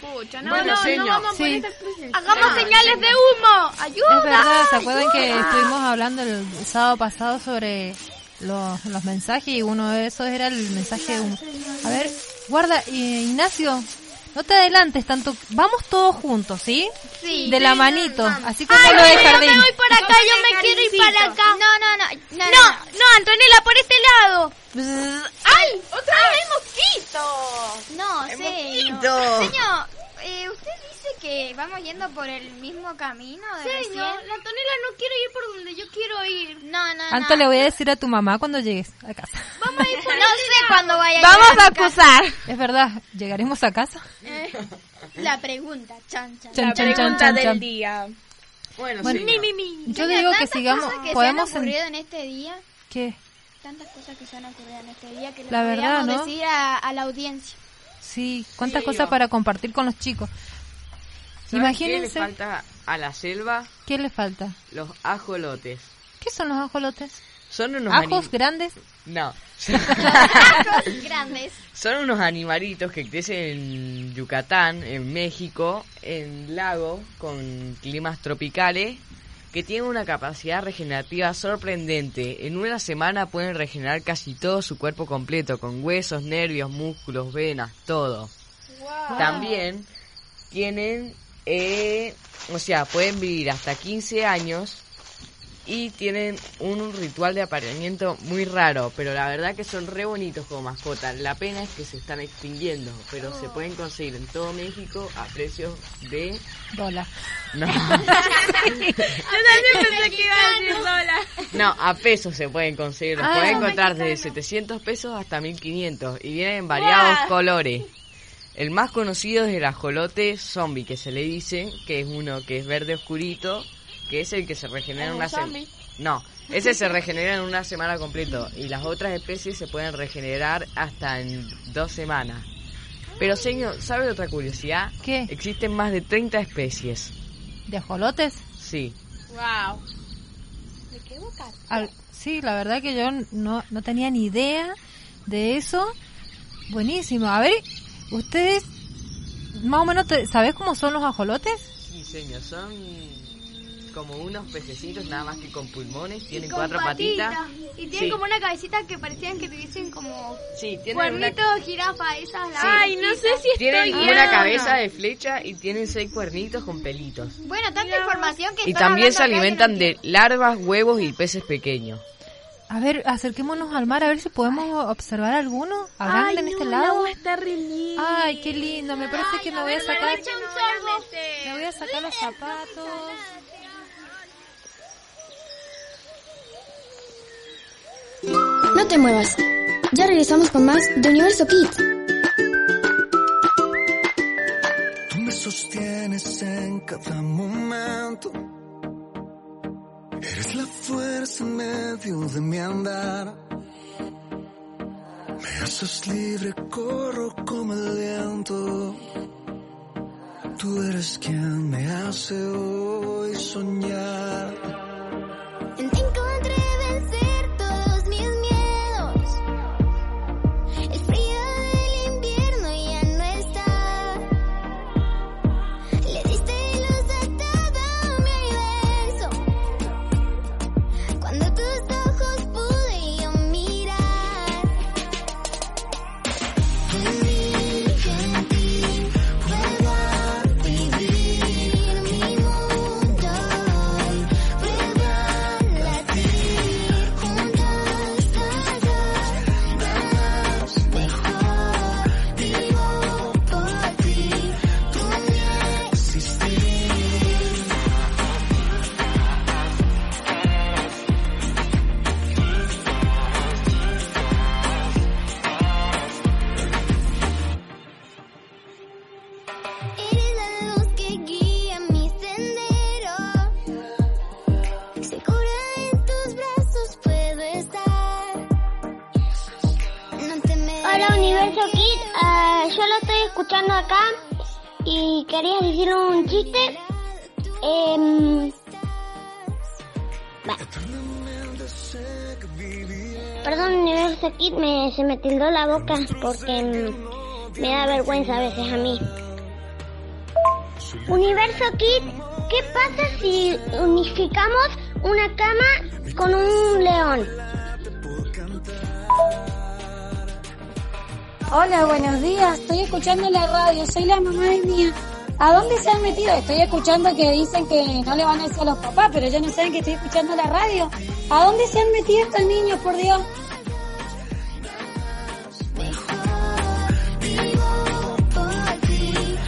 Pucha, no, Bueno, no, señor. no vamos Sí. a poner esta expresión. Hagamos señales de humo. Ayuda. Es verdad, ¿se acuerdan que estuvimos hablando el sábado pasado sobre los, los mensajes y uno de esos era el mensaje de un... A ver, guarda, eh, Ignacio, no te adelantes tanto, vamos todos juntos, ¿sí? Sí. De la manito, así como lo de Yo me jardín. voy para acá, yo me quiero ir para acá. No, no, no. No, no, no. No, no, Antonella, por este lado. Bzz, ¡Ay! ¡Otra Ah. Listo. Señor, eh, usted dice que vamos yendo por el mismo camino de Señor, recién. la Antonella no quiere ir por donde yo quiero ir. No, no, Antes no. le voy a decir a tu mamá cuando llegues a casa. No sé cuándo vaya a Vamos llegar a mi casa. acusar. Es verdad, llegaremos a casa. Eh, la pregunta, chan, chan. Chan, La chan, chan, pregunta chan, del chan. día. Bueno, Bueno, señor. Yo Señor, digo que tantas sigamos, cosas que podemos... se han ocurrido en este día, en- ¿Qué? tantas cosas que se han ocurrido en este día que le La verdad, podríamos ¿no? decir a, a la audiencia. Sí, cuántas Sí, cosas yo. para compartir con los chicos. ¿Saben ¿Qué le Imagínense, falta a la selva? ¿qué les falta? Los ajolotes. ¿Qué son los ajolotes? Son unos ¿Ajos anim- grandes? [LAUGHS] No. Tacos grandes. Son unos animalitos que crecen en Yucatán, en México, en lagos con climas tropicales, que tienen una capacidad regenerativa sorprendente. En una semana pueden regenerar casi todo su cuerpo completo, con huesos, nervios, músculos, venas, todo. Wow. También tienen, eh, o sea, pueden vivir hasta 15 años y tienen un ritual de apareamiento muy raro, pero la verdad que son re bonitos como mascotas. La pena es que se están extinguiendo, pero se pueden conseguir en todo México a precios de... Bola. No, [LAUGHS] Yo pensé que iba a decir sola. no, a pesos se pueden conseguir. Los Ah, pueden encontrar desde 700 pesos hasta 1500 y vienen en variados colores. El más conocido es el ajolote zombie, que se le dice, que es uno que es verde oscurito, que es el que se regenera en una semana. No, ese se regenera en una semana completo y las otras especies se pueden regenerar hasta en dos semanas. Pero señor, ¿sabe otra curiosidad? ¿Qué? Existen más de 30 especies. ¿De ajolotes? Sí. Wow. ¿De qué boca? Al- sí, la verdad que yo no, no tenía ni idea de eso. Buenísimo. A ver, ustedes más o menos, te- ¿sabés cómo son los ajolotes? Sí, señor, son como unos pececitos nada más que con pulmones, tienen Con cuatro patitas. Y tienen Sí. como una cabecita que parecían que tuviesen como Sí, tienen una, cuernitos jirafa, esas las. Ay, no sé si [LAUGHS] tienen estoy una guiada. cabeza de flecha y tienen seis cuernitos con pelitos. Bueno, tanta información que Y estás también se hablando acá, yo no alimentan de larvas, huevos y peces pequeños. A ver, acerquémonos al mar a ver si podemos observar alguno. ¿Habrán en este lado? Oh, está re linda. Ay, qué lindo. Me parece que me voy a sacar, sorbo. me voy a sacar Eh, los zapatos. No te muevas. Ya regresamos con más de Universo Kids. Tú me sostienes en cada momento. Eres la fuerza en medio de mi andar. Me haces libre, corro como el viento. Tú eres quien me hace hoy soñar. En ti encontré vencer todos mis miedos. El frío del invierno ya no está. Le diste luz a todo mi universo. Cuando tus ojos pude yo mirar. En mí, en ti, vuelvo a vivir mi mundo hoy. Vuelvo a latir, juntos todos vamos mejor. Vivo por ti, tú me existís. Eres la luz que guía mi sendero. Segura en tus brazos puedo estar. No te me Hola Universo Kid, Ah, yo lo estoy escuchando acá y quería decir un chiste. Em, va. Perdón Universo Kid, me, se me tildó la boca porque em, me da vergüenza a veces a mí. Universo Kid, ¿qué pasa si unificamos una cama con un león? Hola, buenos días. Estoy escuchando la radio. Soy la mamá de mía. ¿A dónde se han metido? Estoy escuchando que dicen que no le van a decir a los papás, pero ya no saben que estoy escuchando la radio. ¿A dónde se han metido estos niños, por Dios? mejor vivo por ti.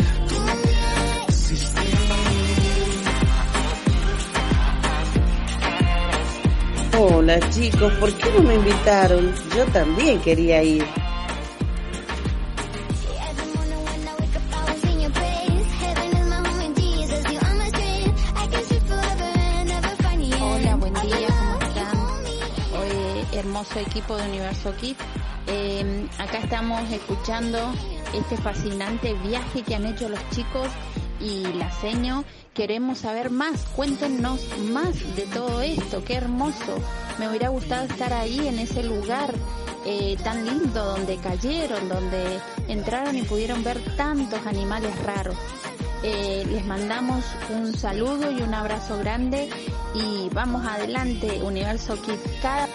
aula, chicos, ¿por qué no me invitaron? Yo también quería ir. Hola, buen día, ¿cómo están? Hoy, hermoso equipo de Universo Kids. Eh, acá estamos escuchando este fascinante viaje que han hecho los chicos y la seño. Queremos saber más, cuéntenos más de todo esto, qué hermoso. Me hubiera gustado estar ahí en ese lugar eh, tan lindo donde cayeron, donde entraron y pudieron ver tantos animales raros. Eh, les mandamos un saludo y un abrazo grande y vamos adelante, Universo Kids. Cada...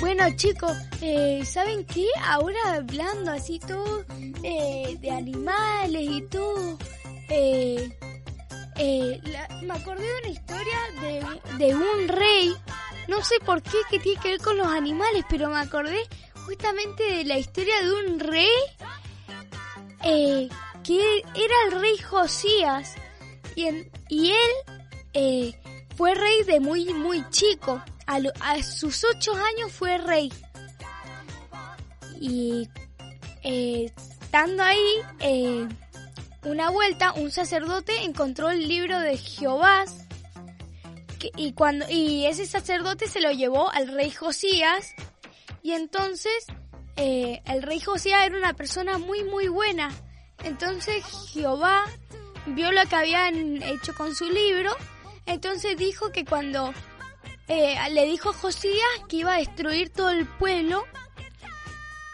Bueno chicos, eh, ¿saben qué? Ahora hablando así todo eh, de animales y todo. eh, eh, la- me acordé de una historia de, de un rey. No sé por qué que tiene que ver con los animales, pero me acordé justamente de la historia de un rey eh, que era el rey Josías. Y, en- y él eh, fue rey de muy, muy chico. A, lo- a sus ocho años fue rey. Y eh, estando ahí, eh, una vuelta, un sacerdote encontró el libro de Jehová. que- y, cuando, y ese sacerdote se lo llevó al rey Josías. Y entonces eh, el rey Josías era una persona muy, muy buena. Entonces Jehová vio lo que habían hecho con su libro. Entonces dijo que cuando eh, le dijo a Josías que iba a destruir todo el pueblo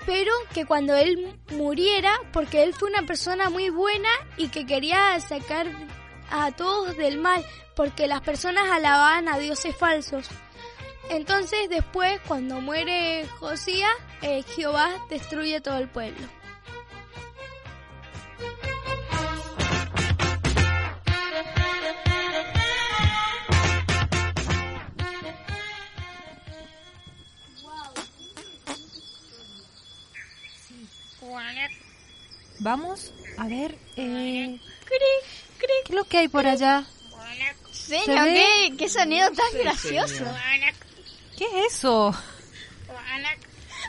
pero que cuando él muriera, porque él fue una persona muy buena y que quería sacar a todos del mal, porque las personas alababan a dioses falsos. Entonces después, cuando muere Josías, eh, Jehová destruye todo el pueblo. Vamos a ver. Eh, ¿Qué es lo que hay por allá? Señor, ¿Se ve? qué, qué sonido tan gracioso. ¿Qué es eso?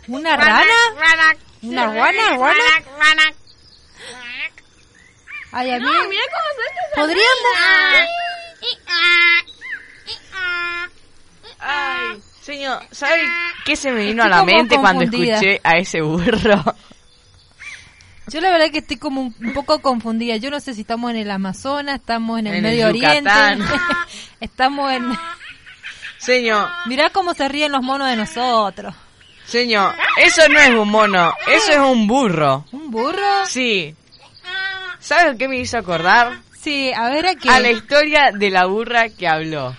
¿Una Guanac, rana? guanac. ¿Una guana? ¿Guana? Guanac, guanac. Ay, a mí. No, mira cómo suelta esa Podría andar. Ay, señor, ¿sabe qué se me vino Estoy a la como mente cuando confundida. escuché a ese burro? [LAUGHS] Yo la verdad que estoy como un, un poco confundida. Yo no sé si estamos en el Amazonas, estamos en el En el Medio Oriente, Yucatán. [LAUGHS] estamos en... Señor, Mirá cómo se ríen los monos de nosotros. señor, eso no es un mono, eso es un burro. ¿Un burro? Sí. Ah. ¿Sabes qué me hizo acordar? Sí, a ver a qué. A la historia de la burra que habló.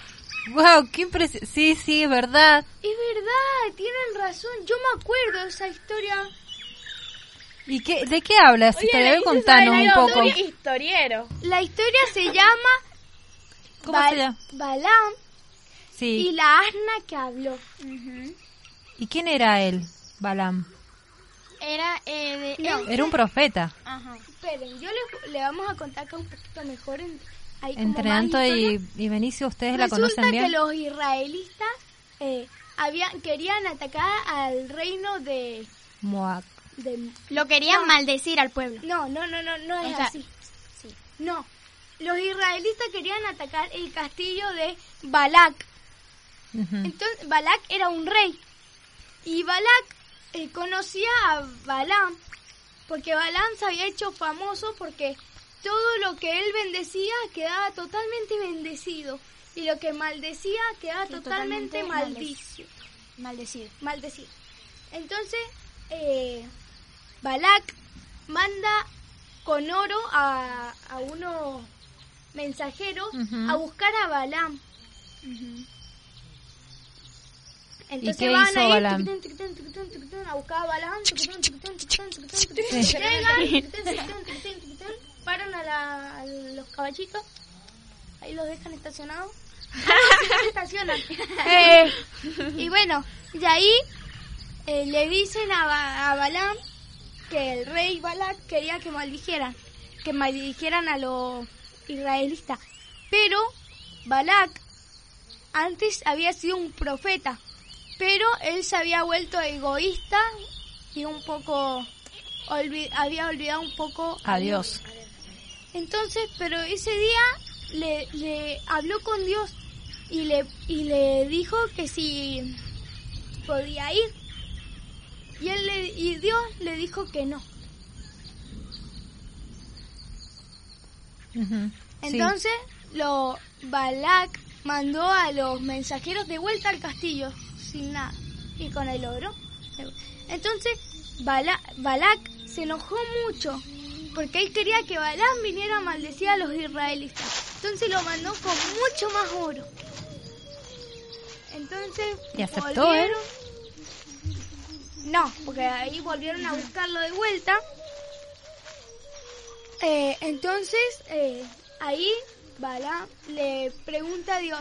Wow, qué impresión. Sí, sí, es verdad. Es verdad, tienen razón, yo me acuerdo de esa historia. ¿Y qué, de qué hablas? Oye, Te le debe hizo contarnos un bailar poco. historia- Historiero. La historia se llama ¿Cómo Bal- se llama? Balaam y Sí. la asna que habló. ¿Y quién era él, Balam? Era, eh, de- no, Era un profeta. Ajá. Esperen, yo le, le vamos a contar acá un poquito mejor. En, ahí como Entre más Anto historia. y, y Benicio, ¿ustedes la Resulta conocen bien? que los israelitas eh, habían, querían atacar al reino de, Moab. de- Lo querían maldecir al pueblo. No, no, no, no, no es O sea, así. No, los israelitas querían atacar el castillo de Balak. Ujú. Entonces, Balak era un rey. Y Balak eh, conocía a Balaam, porque Balaam se había hecho famoso porque todo lo que él bendecía quedaba totalmente bendecido. Y lo que maldecía quedaba Sí, totalmente, totalmente maldicio. Maldecido. Maldecido. Entonces, eh, Balak manda con oro a, a unos mensajeros Ujú. a buscar a Balaam. Entonces qué van hizo ahí, Balaam? tucutun, tucutun, tucutun, tucutun, a buscar a Balaam, tucutun, tucutun, tucutun, tucutun, tucutun, Sí. llegan, [LAUGHS] tucutun, tucutun, [LAUGHS] tucutun, tucutun, paran a, la- a los caballitos, ahí los dejan estacionados [LAUGHS] estacionan. Eh, y bueno, y ahí eh, le dicen a, Ba- a Balaam que el rey Balak quería que maldijeran, que maldijeran a los israelitas. Pero Balak antes había sido un profeta, pero él se había vuelto egoísta y un poco olvi- había olvidado un poco Adiós. entonces, pero ese día le, le habló con Dios y le, y le dijo que si podía ir. Y, él le- y Dios le dijo que no. Ujú, sí. Entonces, lo Balak mandó a los mensajeros de vuelta al castillo, sin nada, y con el oro. Entonces, Bala- Balak se enojó mucho, porque él quería que Balaam viniera a maldecir a los israelitas. Entonces lo mandó con mucho más oro. Entonces, ¿Y aceptó ¿eh? él? volvieron- No, porque ahí volvieron a buscarlo de vuelta. Eh, entonces, eh, ahí Bala le pregunta a Dios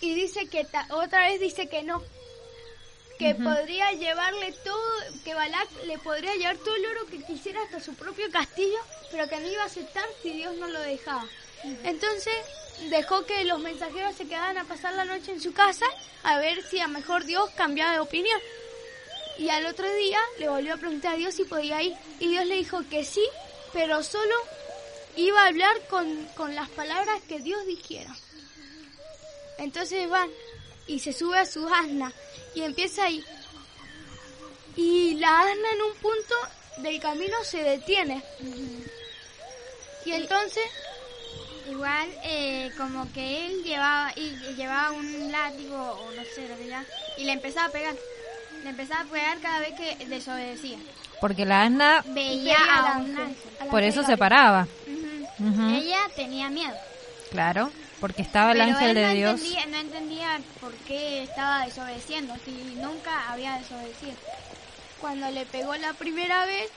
y dice que ta- otra vez dice que no. Que Ujú. podría llevarle todo, que Balak le podría llevar todo el oro que quisiera hasta su propio castillo, pero que no iba a aceptar si Dios no lo dejaba. Entonces dejó que los mensajeros se quedaran a pasar la noche en su casa a ver si a mejor Dios cambiaba de opinión. Y al otro día le volvió a preguntar a Dios si podía ir. Y Dios le dijo que sí, pero solo iba a hablar con, con las palabras que Dios dijera. Entonces van y se sube a su asna y empieza ahí. Y la asna en un punto del camino se detiene. Y entonces Igual, eh, como que él llevaba y llevaba un látigo o no sé lo que era, y le empezaba a pegar. Le empezaba a pegar cada vez que desobedecía. Porque la asna, Veía Veía a al un ángel, ángel. al por ángel eso se Gabriel. paraba. Ujú. Ujú. Ella tenía miedo. Claro, porque estaba el Eh, pero ángel él de no Dios. Entendía, no entendía por qué estaba desobedeciendo, si nunca había desobedecido. cuando le pegó la primera vez,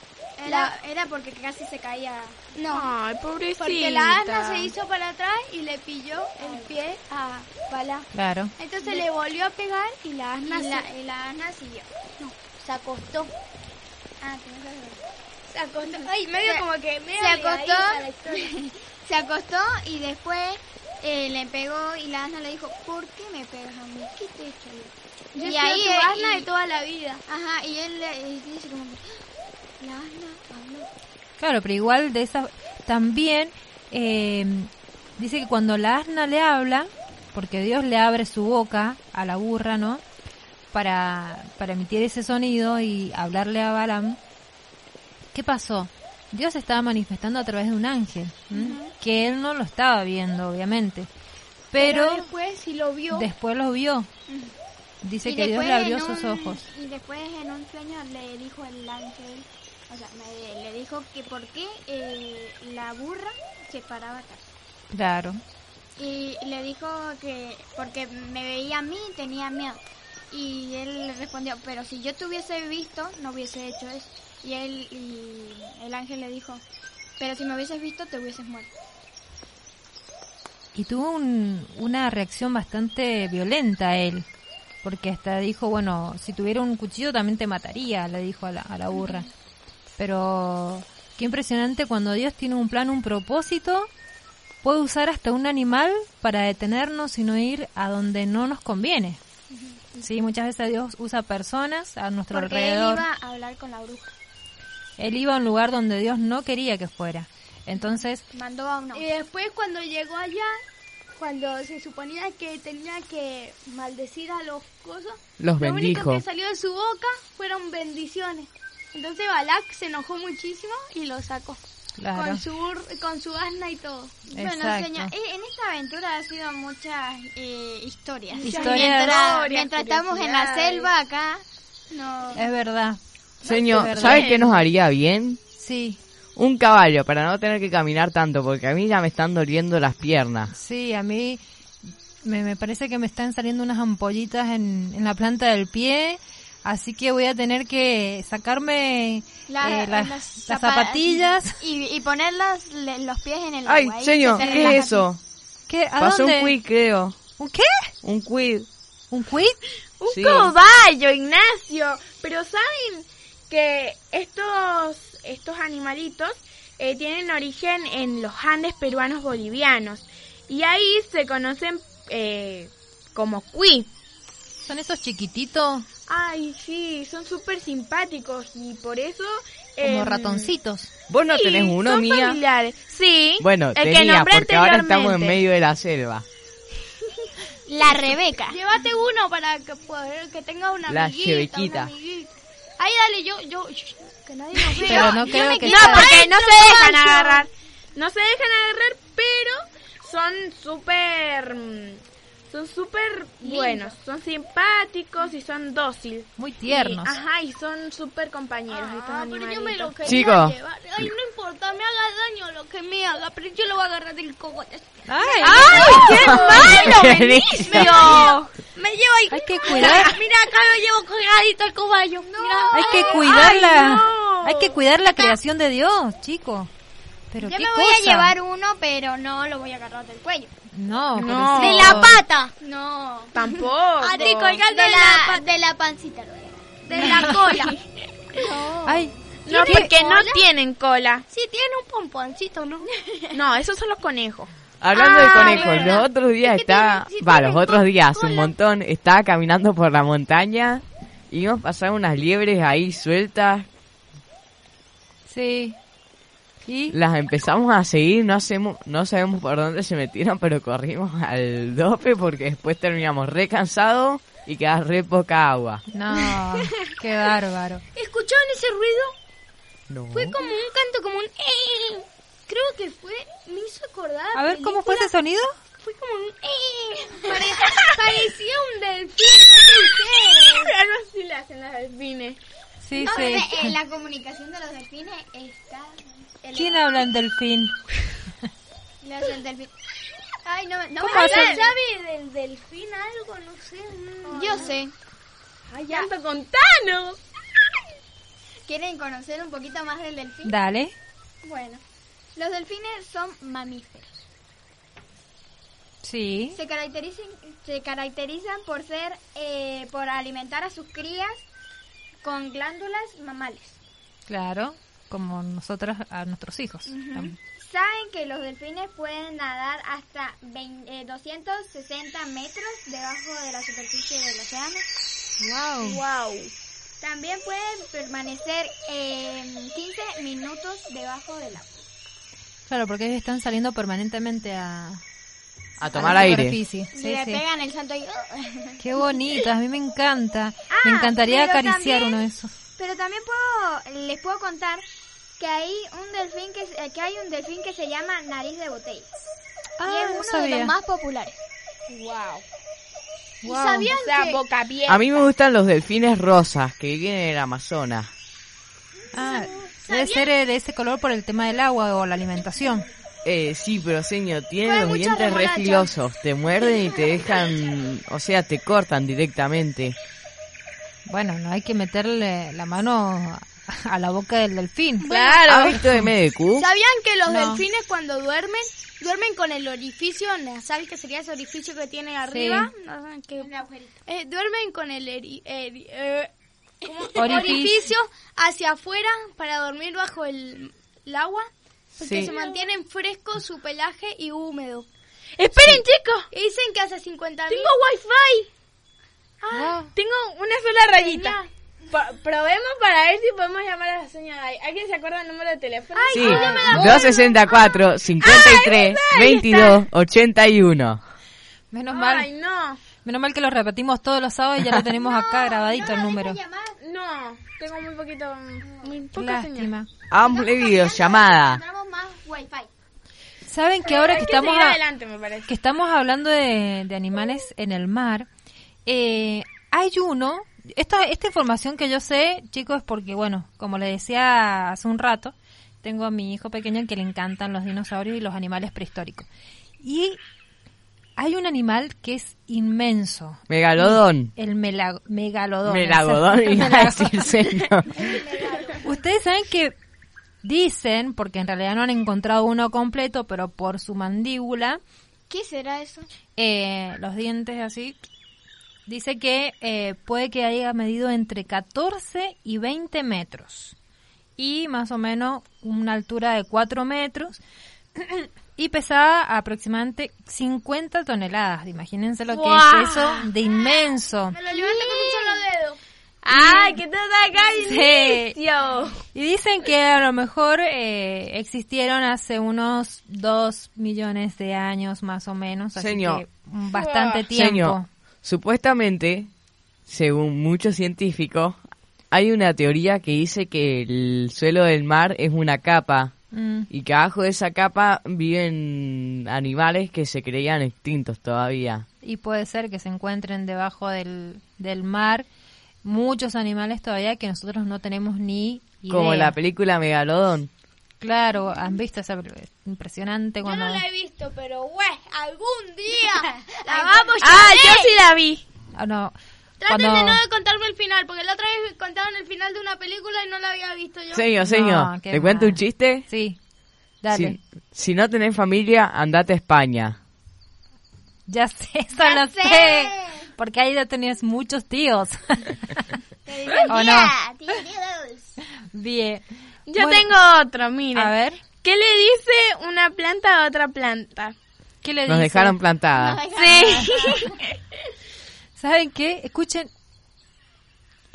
Era, era porque casi se caía. No. Ay, pobrecita. Porque la asna se hizo para atrás y le pilló el pie a Bala. Claro. Entonces le volvió a pegar y la Y asna la, se... y la Ana siguió. No, se acostó. Ah, tenés razón. Se acostó. Ay, medio Se- como que... medio se ligadita la historia. acostó. [LAUGHS] se acostó y después eh, le pegó y la Ana le dijo, ¿por qué me pegas a mí? ¿Qué te he hecho yo?" Yo he y sido ahí tu eh, asna y- de toda la vida. Ajá, y él le y dice como que, la Ana habló. Claro, pero igual de esa también eh, dice que cuando la asna le habla, porque Dios le abre su boca a la burra, ¿no? Para, para emitir ese sonido y hablarle a Balaam. ¿Qué pasó? Dios estaba manifestando a través de un ángel, ¿m? que él no lo estaba viendo, obviamente. Pero, pues, después sí lo vio. después lo vio. Dice Y que Dios después le abrió en sus un- ojos. Y después en un sueño le dijo el ángel, o sea, me- le dijo que por qué eh, la burra se paraba acá. Claro. Y le dijo que porque me veía a mí tenía miedo. Y él le respondió, pero si yo te hubiese visto, no hubiese hecho eso. Y él y el ángel le dijo, pero si me hubieses visto, te hubieses muerto. Y tuvo un- una reacción bastante violenta él, porque hasta dijo, bueno, si tuviera un cuchillo también te mataría, le dijo a la, a la burra. Pero qué impresionante cuando Dios tiene un plan, un propósito, puede usar hasta un animal para detenernos y no ir a donde no nos conviene. Sí, muchas veces Dios usa personas a nuestro Porque alrededor. él iba a hablar con la bruja. Él iba a un lugar donde Dios no quería que fuera. Entonces, Mandó a Eh, una. Y después cuando llegó allá, cuando se suponía que tenía que maldecir a los cosas, Los lo único bendijo. que salió de su boca fueron bendiciones. Entonces Balak se enojó muchísimo y lo sacó. Claro. Con su bur- con su asna y todo. Bueno, Exacto. señor, eh, en esta aventura ha sido muchas eh, historias. Historias. Mientras, Historias, mientras estamos en la curiosidades. selva acá, no. es verdad. Señor, verdad. ¿sabes qué nos haría bien? Sí, Un caballo para no tener que caminar tanto porque a mí ya me están doliendo las piernas. Sí, a mí me, me parece que me están saliendo unas ampollitas en, en la planta del pie, así que voy a tener que sacarme La- eh, la- las las zapa- zapatillas. Y, y poner las- le- los pies en el Ay, agua. ahí señor, se te ¿qué relaja. es eso? ¿Qué? ¿A Pasó un dónde? quick, creo. ¿Un qué? Un quid. ¿Un quid? Un Sí. cobayo, Ignacio. Pero saben que estos, estos animalitos eh, tienen origen en los Andes peruanos bolivianos. Y ahí se conocen eh, como cuí. ¿Son esos chiquititos? Ay, sí, son súper simpáticos y por eso... Como em, ratoncitos. Vos no sí, tenés uno, son Mía. familiares. Sí, Bueno, el que tenía, nombré porque ahora estamos en anteriormente. medio de la selva. La Rebeca. Llévate uno para que poder que tenga una La amiguita, Chebequita. una amiguita. Ay, dale, yo, yo, sh- que nadie nos vea. Pero Yo no me creo que quito. No, porque no Adentro, se dejan Pancho. agarrar. No se dejan agarrar, pero son súper... mm, Son súper buenos. Son simpáticos y son dóciles. Muy tiernos. ajá, y son súper compañeros estos Ah, Pero yo animalitos. me lo quería Chicos. llevar. Ay, no importa, me haga daño lo que me haga, pero yo lo voy a agarrar del cogote. ¡Ay! [LAUGHS] [LAUGHS] qué malo, Qué Benicio! lindo. Me llevo ahí. Hay que cuidar. Mira, acá lo llevo colgadito al cobayo. Mira. Hay que cuidar la, hay que cuidar la creación de Dios, chico. Pero Yo qué me voy a cosa. llevar uno, pero no lo voy a agarrar del cuello. No, no. No. De la pata. No. Tampoco. Ah, A ti colgando de la, de la pancita. lo voy a agarrar. De la cola. [LAUGHS] Ay, No, ¿Tiene porque no cola? tienen cola. Sí, tiene un pomponcito, [LAUGHS] ¿no? No, esos son los conejos. Hablando Ah, de conejos, verdad. los otros días estaba, tiene- sí va, tiene los otros días, hace cola. un montón, estaba caminando por la montaña y nos pasaron unas liebres ahí sueltas, Sí. ¿Y? las empezamos a seguir, no hacemos, no sabemos por dónde se metieron, pero corrimos al dope porque después terminamos re cansados y quedaba re poca agua. No, qué bárbaro. ¿Escucharon ese ruido? No. Fue como un canto, como un... "Eh". Creo que fue... Me hizo acordar... A ver, ¿cómo fue ese sonido? Fue como un... "Eh". Pare- Parecía un delfín. no sé qué. Algo así le hacen los delfines. Sí, No, sí. pero, eh, la comunicación de los delfines está... el- ¿Quién habla en delfín? los del delfín. Ay, no, me- no ¿Cómo me hagas- sabe del delfín algo? No sé. no. Yo sé. Ay, anda, contanos. ¿Quieren conocer un poquito más del delfín? Dale. Bueno, los delfines son mamíferos. Sí. Se caracterizan, se caracterizan por ser, eh, por alimentar a sus crías con glándulas mamales. Claro, como nosotros a nuestros hijos. Tam- Saben que los delfines pueden nadar hasta 20, eh, 260 metros debajo de la superficie del océano. Wow. También pueden permanecer eh, 15 minutos debajo del agua. Claro, porque ellos están saliendo permanentemente a, A a tomar la aire. superficie. Y Sí, le sí. pegan el santo y... Qué bonito, a mí me encanta. me Ah, encantaría pero acariciar también- uno de esos. [LAUGHS] Pero también puedo, les puedo contar que hay un delfín que, se- que hay un delfín que se llama nariz de botella. Ah, y es no uno de sabía. los más populares. Wow. Wow. sabían O sea, que- boca abierta. A mí me gustan los delfines rosas que viven en el Amazonas. Ah, debe ser eh, de ese color por el tema del agua o la alimentación. Eh, sí, pero señor, tienen Come los mucha dientes re remolacha. filosos. Te muerden y te dejan, o sea, te cortan directamente. Bueno, no hay que meterle la mano a la boca del delfín. ¿Has visto de MDQ? ¿Sabían que los No. delfines cuando duermen, duermen con el orificio nasal, que sería ese orificio que tiene arriba? No saben qué- Eh, duermen con el eri- eri- eh, ¿cómo? Orificio. orificio hacia afuera para dormir bajo el, el agua, porque Sí. se mantienen frescos su pelaje y húmedo. ¡Esperen, chicos! Dicen que hace 50 Tengo wifi. Ah, Tengo una sola rayita. Pa- probemos para ver si podemos llamar a la señora. Ay, ¿Alguien se acuerda el número de teléfono? Sí, 264, 53, 22, 81. Menos Ay, mal, no. menos mal que lo repetimos todos los sábados [LAUGHS] y ya lo tenemos acá grabadito el número. No, tengo muy poquito, muy poca señal. Lástima. Hagámosle videollamada. Tenemos más wifi. Saben que ahora Hay que que estamos seguir a- adelante, me parece. que estamos hablando de, de animales en el mar, eh, hay uno. Esta esta información que yo sé, chicos, es porque bueno, como le decía hace un rato, tengo a mi hijo pequeño que le encantan los dinosaurios y los animales prehistóricos. Y hay un animal que es inmenso. Megalodón. El mela- megalodón. [LAUGHS] Melagodón, exacto. iba a decir señor. Ustedes saben que dicen, porque en realidad no han encontrado uno completo, pero por su mandíbula, ¿Qué será eso? eh, los dientes así, dice que eh, puede que haya medido entre 14 y 20 metros y más o menos una altura de 4 metros [CLEARS THROAT] y pesaba aproximadamente 50 toneladas. Imagínense lo que ¡Guau! es eso de inmenso. Me lo levanta con un solo dedo. ¡Ay, que te acá Mm. Sí. Y dicen que a lo mejor eh, existieron hace unos 2 millones de años más o menos. Así Señor. que mm, bastante tiempo. Señor, supuestamente, según muchos científicos, hay una teoría que dice que el suelo del mar es una capa Mm. y que abajo de esa capa viven animales que se creían extintos todavía. y puede ser que se encuentren debajo del, del mar muchos animales todavía que nosotros no tenemos ni idea. Como la película Megalodón. Claro, han visto esa película? Es impresionante Yo cuando no la he visto, pero güey, algún [LAUGHS] día la Ay, vamos a ah, ver. yo sí la vi. Ah, no, Traten de cuando- no de contarme el final, porque la otra vez contaron el final de una película y no la había visto yo. Señor, señor, qué ¿te cuento mal. un chiste? Sí, dale. Si, si no tenés familia, andate a España. Ya sé, [LAUGHS] eso lo sé. Porque ahí ya tenías muchos [LAUGHS] tíos. ¿O no? Bien. Yo Bueno, tengo otro, mira. A ver, ¿Qué le dice una planta a otra planta? ¿qué le Nos dicen? dejaron plantada. Sí. ¿Saben qué? Escuchen.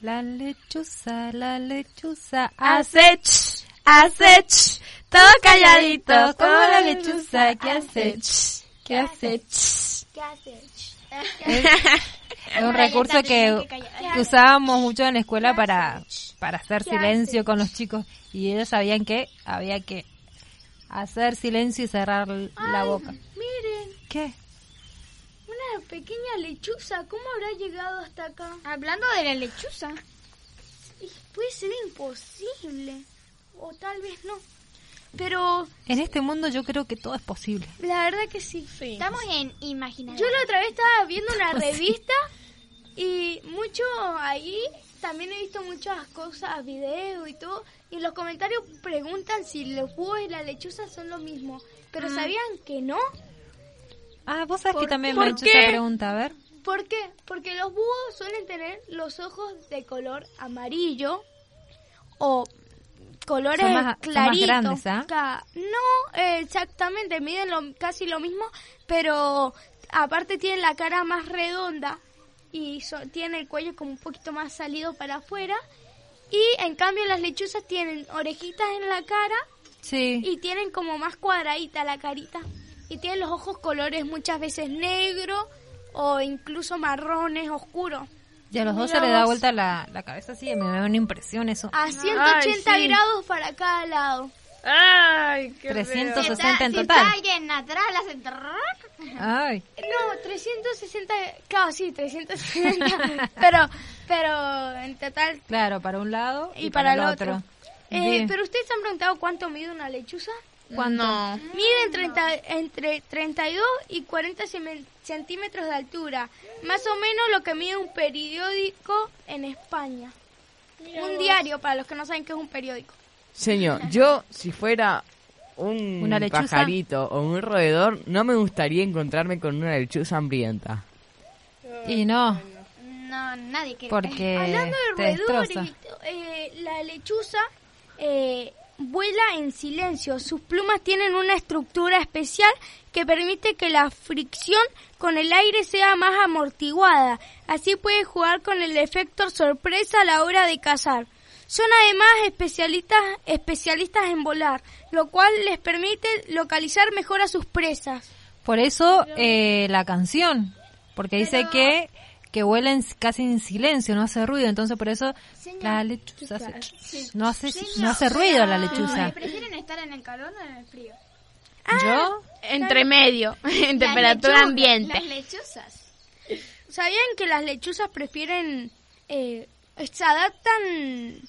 La lechuza, la lechuza, hace ch, hace ch, todo calladito, como la lechuza que hace ch, que hace ch. [LAUGHS] ¿Qué haces? Es, es un recurso que, que usábamos mucho en la escuela para, para hacer silencio con los chicos y ellos sabían que había que hacer silencio y cerrar la boca. Miren, ¿Qué? una pequeña lechuza, ¿cómo habrá llegado hasta acá? Hablando de la lechuza. Puede ser imposible, o tal vez no. Pero En este mundo yo creo que todo es posible. la verdad que sí. Estamos en imaginación. Yo la otra vez estaba viendo una Sí. revista y mucho ahí, también he visto muchas cosas, videos y todo, y en los comentarios preguntan si los jugos y la lechuza son lo mismo, pero ¿sabían que no? Ah, vos sabés que ¿Por también qué? me han ¿Por hecho esa qué? pregunta, a ver. ¿Por qué? Porque los búhos suelen tener los ojos de color amarillo o colores Son más- son más claritos. grandes, ¿ah? Ca- No, eh, exactamente, miden lo- casi lo mismo, pero aparte tienen la cara más redonda y so- tienen el cuello como un poquito más salido para afuera. Y en cambio las lechuzas tienen orejitas en la cara Sí. y tienen como más cuadradita la carita. Y tienen los ojos colores muchas veces negro o incluso marrones oscuros. Y a los dos se Mira le da vos. vuelta la, la cabeza así y me da una impresión eso. A 180 sí. grados para cada lado. Ay, qué 360 en Si total. está alguien atrás, la hacen trrrr. Ay, No, 360, claro, sí, 360. [LAUGHS] pero, pero en total. claro, para un lado y, Y, para, el el otro. otro. Eh, Bien. pero ustedes se han preguntado cuánto mide una lechuza. ¿Cuánto? No. Miden 30 entre 32 y 40 ceme- centímetros de altura, más o menos lo que mide un periódico en España. un diario, para los que no saben qué es un periódico. Señor, yo si fuera un ¿Una lechuza? pajarito o un roedor, no me gustaría encontrarme con una lechuza hambrienta. Y no, No, nadie quiere. porque Hablando te de destroza. roedores, eh, la lechuza eh, vuela en silencio. Sus plumas tienen una estructura especial que permite que la fricción con el aire sea más amortiguada. Así puede jugar con el efecto sorpresa a la hora de cazar. Son además especialistas, especialistas en volar, lo cual les permite localizar mejor a sus presas. Por eso eh, la canción, porque dice que que huelen casi en silencio, no hace ruido, entonces por eso la lechuza hace- no hace no hace ruido la lechuza. ¿Prefieren estar en el calor o en el frío? Yo Entre [LAUGHS] medio, en Las temperatura lechuzas, Las ambiente. lechuzas. ¿Sabían que las lechuzas prefieren, eh, se adaptan,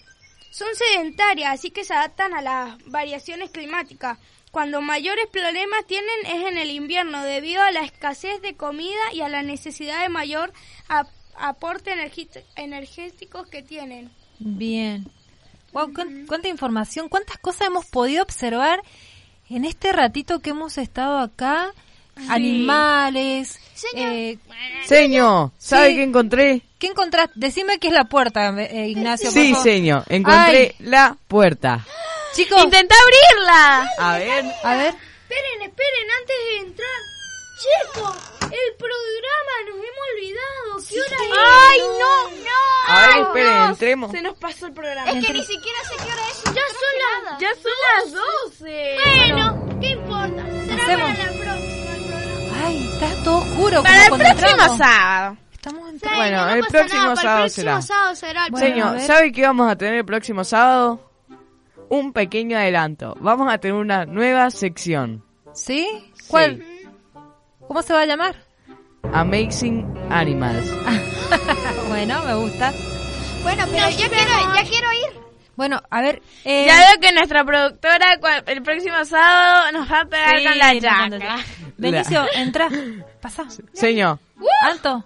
son sedentarias, así que se adaptan a las variaciones climáticas? Cuando mayores problemas tienen es en el invierno, debido a la escasez de comida y a la necesidad de mayor ap- aporte energi- energético que tienen. Bien. Wow, cuánta información, cuántas cosas hemos podido observar en este ratito que hemos estado acá animales. eh, Señor, ¿sabe Sí. qué encontré? ¿Qué encontraste? Decime qué es la puerta, eh, Ignacio. por Sí, favor. señor, encontré Ay, la puerta. chicos. Intenta abrirla. A ver. A ver. Esperen, esperen, antes de entrar. Chicos, el programa nos hemos olvidado. ¿Qué hora es? ¡Ay, no, no! A ver, esperen, entremos. Se nos pasó el programa. Es que ni siquiera sé qué hora es. Ya son las, ya son las 12. Bueno, ¿qué importa? Será Hacemos. para la próxima. Ay, está todo oscuro. Para como el cuando próximo entramos. sábado. Estamos en Bueno, el pasa próximo nada, sábado para el será. próximo sábado será. el programa. Señor, ¿sabe qué vamos a tener el próximo sábado? Un pequeño adelanto. Vamos a tener una nueva sección. ¿Sí? ¿Cuál? ¿Cómo se va a llamar? Amazing Animals. Ah, bueno, me gusta. Bueno, pero yo quiero, ya quiero ir. Bueno, a ver. eh, Ya veo que nuestra productora cua- el próximo sábado nos va a pegar Sí, con la nos manda- yaca. Benicio, entra. Pasa. Señor, Alto.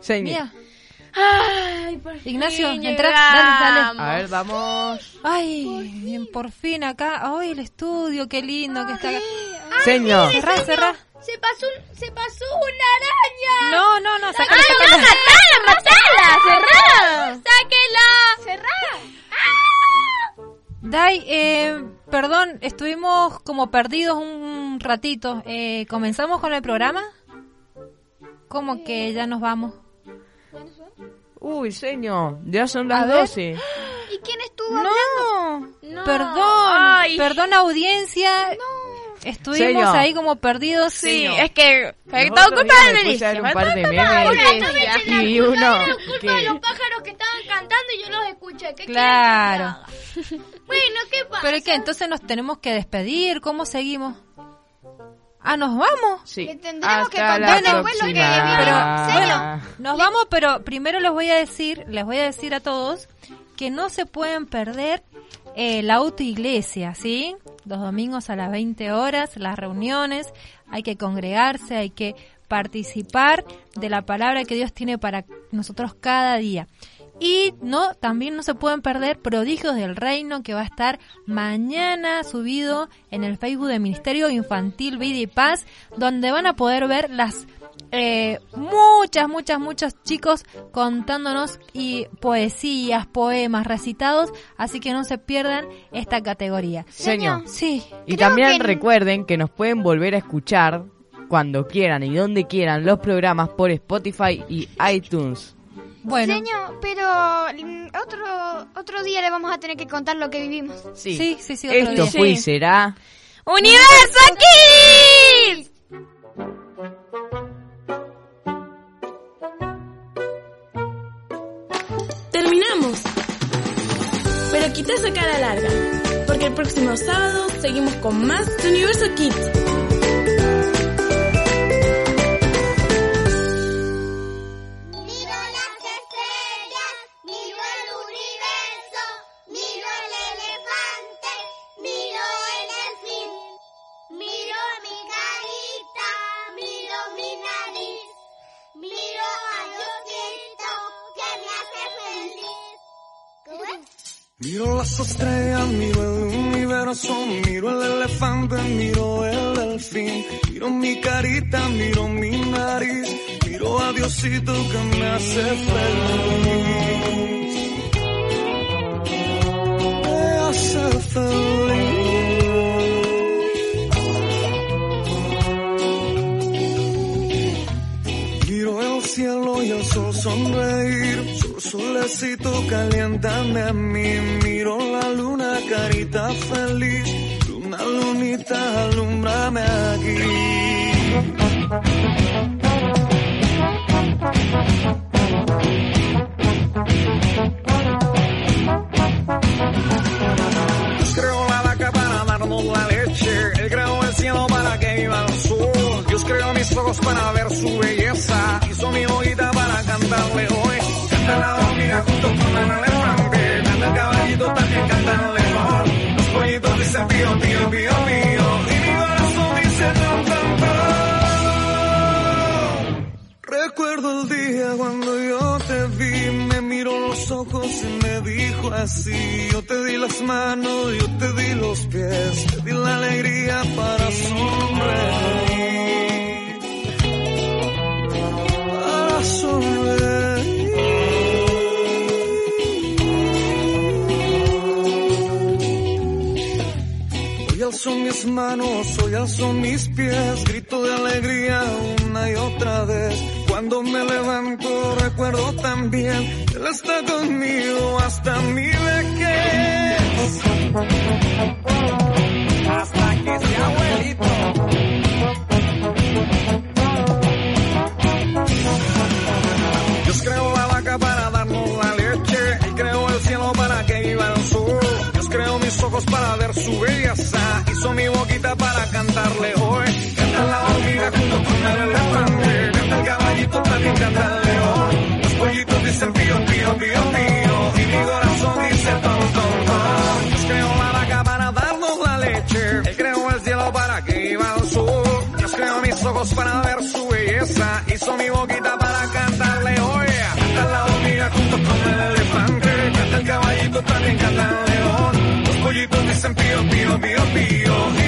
señor. Mía. Ay, por Ignacio, fin entra. Dale, llegamos. dale. A ver, vamos. Ay, bien, por fin acá. Ay, el estudio, qué lindo que está acá. Señor. Cerrá, cerrá. Se pasó, un- se pasó una araña. No, no, no, sacala, ¡Ay, no, sacala. matala, matala! cerrá. ¡Sáquela! ¡Cerrá! Dai, eh, perdón, estuvimos como perdidos un ratito. Eh, ¿Comenzamos con el programa? ¿Cómo Eh, que ya nos vamos? Uy, señor, ya son las A ver. 12. ¿Y quién estuvo No, No. perdón, Ay. perdón audiencia. Estuvimos Señor. ahí como perdidos. Sí, señor. es que fue Nosotros todo culpa del íbamos a Benicio. escuchar un fue par de todo culpa memes. del Benicio. Y vi uno culpa de que... los pájaros que estaban cantando y yo los escuché. ¿Qué Claro. quieren? [LAUGHS] Bueno, ¿qué pasa? Pero es que entonces nos tenemos que despedir. ¿Cómo seguimos? Ah, nos vamos. Sí. Le tendremos que Hasta contar la al abuelo que próxima. vivió. Pero, Ah. Señor. bueno, nos vamos, pero primero les voy a decir, les voy a decir a todos que no se pueden perder eh, la autoiglesia, ¿sí? Los domingos a las 20 horas, las reuniones, hay que congregarse, hay que participar de la palabra que Dios tiene para nosotros cada día. Y no, también no se pueden perder Prodigios del Reino que va a estar mañana subido en el Facebook del Ministerio Infantil Vida y Paz, donde van a poder ver las eh, muchas, muchas, muchos chicos contándonos y poesías, poemas recitados, así que no se pierdan esta categoría. Señor. Sí, Y Creo también que- recuerden que nos pueden volver a escuchar cuando quieran y donde quieran los programas por Spotify y iTunes. bueno, Señor, pero mm, otro otro día le vamos a tener que contar lo que vivimos. Sí, Sí, sí, sí, otro Esto día. fue y Sí. será. ¡Universo Kids! Terminamos. Pero quita esa cara larga, porque el próximo sábado seguimos con más de Universo Kids. Miro las estrellas, miro el universo, miro el elefante, miro el delfín, miro mi carita, miro mi nariz, miro a Diosito que me hace feliz. ¿Cómo es? Miro las estrellas, miro el universo, miro el elefante, miro el delfín, miro mi carita, miro mi nariz, miro a Diosito que me hace feliz. Me hace feliz. Miro el cielo y el sol sonreír, su solecito caliéntame a mí. Miro la luna, carita feliz, luna, lunita, alumbrame aquí. Creo la vaca para darnos la leche. Él creó el cielo para que viva el sur. Dios creó mis ojos para ver su belleza. Hizo mi hojita para cantarle hoy. Canta la hormiga junto con el elefante. Canta el caballito, también canta el león. Los pollitos dicen pío, pío, pío, pío. Y mi corazón dice tan, tan, tan. Recuerdo el día cuando yo te vi, me miró los ojos y me dijo así, yo te di las manos, yo te di los pies, te di la alegría para sonreír. Para sonreír. Hoy alzo mis manos, hoy alzo mis pies, grito de alegría una y otra vez. Cuando me levanto recuerdo también que Él está conmigo hasta mi vejez. Hasta que sea abuelito. Dios creó la vaca para darnos la leche. Él creó el cielo para que viva el sol. Dios creó mis ojos para ver su belleza. Hizo mi boquita para cantarle hoy. Canta la hormiga junto con el elefante. Canta el caballito, también canta el león. Los pollitos dicen pío, pío, pío, pío. Y mi corazón dice ton, ton, ton. Dios creó la vaca para darnos la leche. Él creó el cielo para que viva el sol. Dios creó mis ojos para ver su belleza. Hizo mi boquita para cantarle hoy. Canta la hormiga junto con el elefante. Canta el caballito, también canta el león. Los pollitos dicen pío, pío, pío, pío.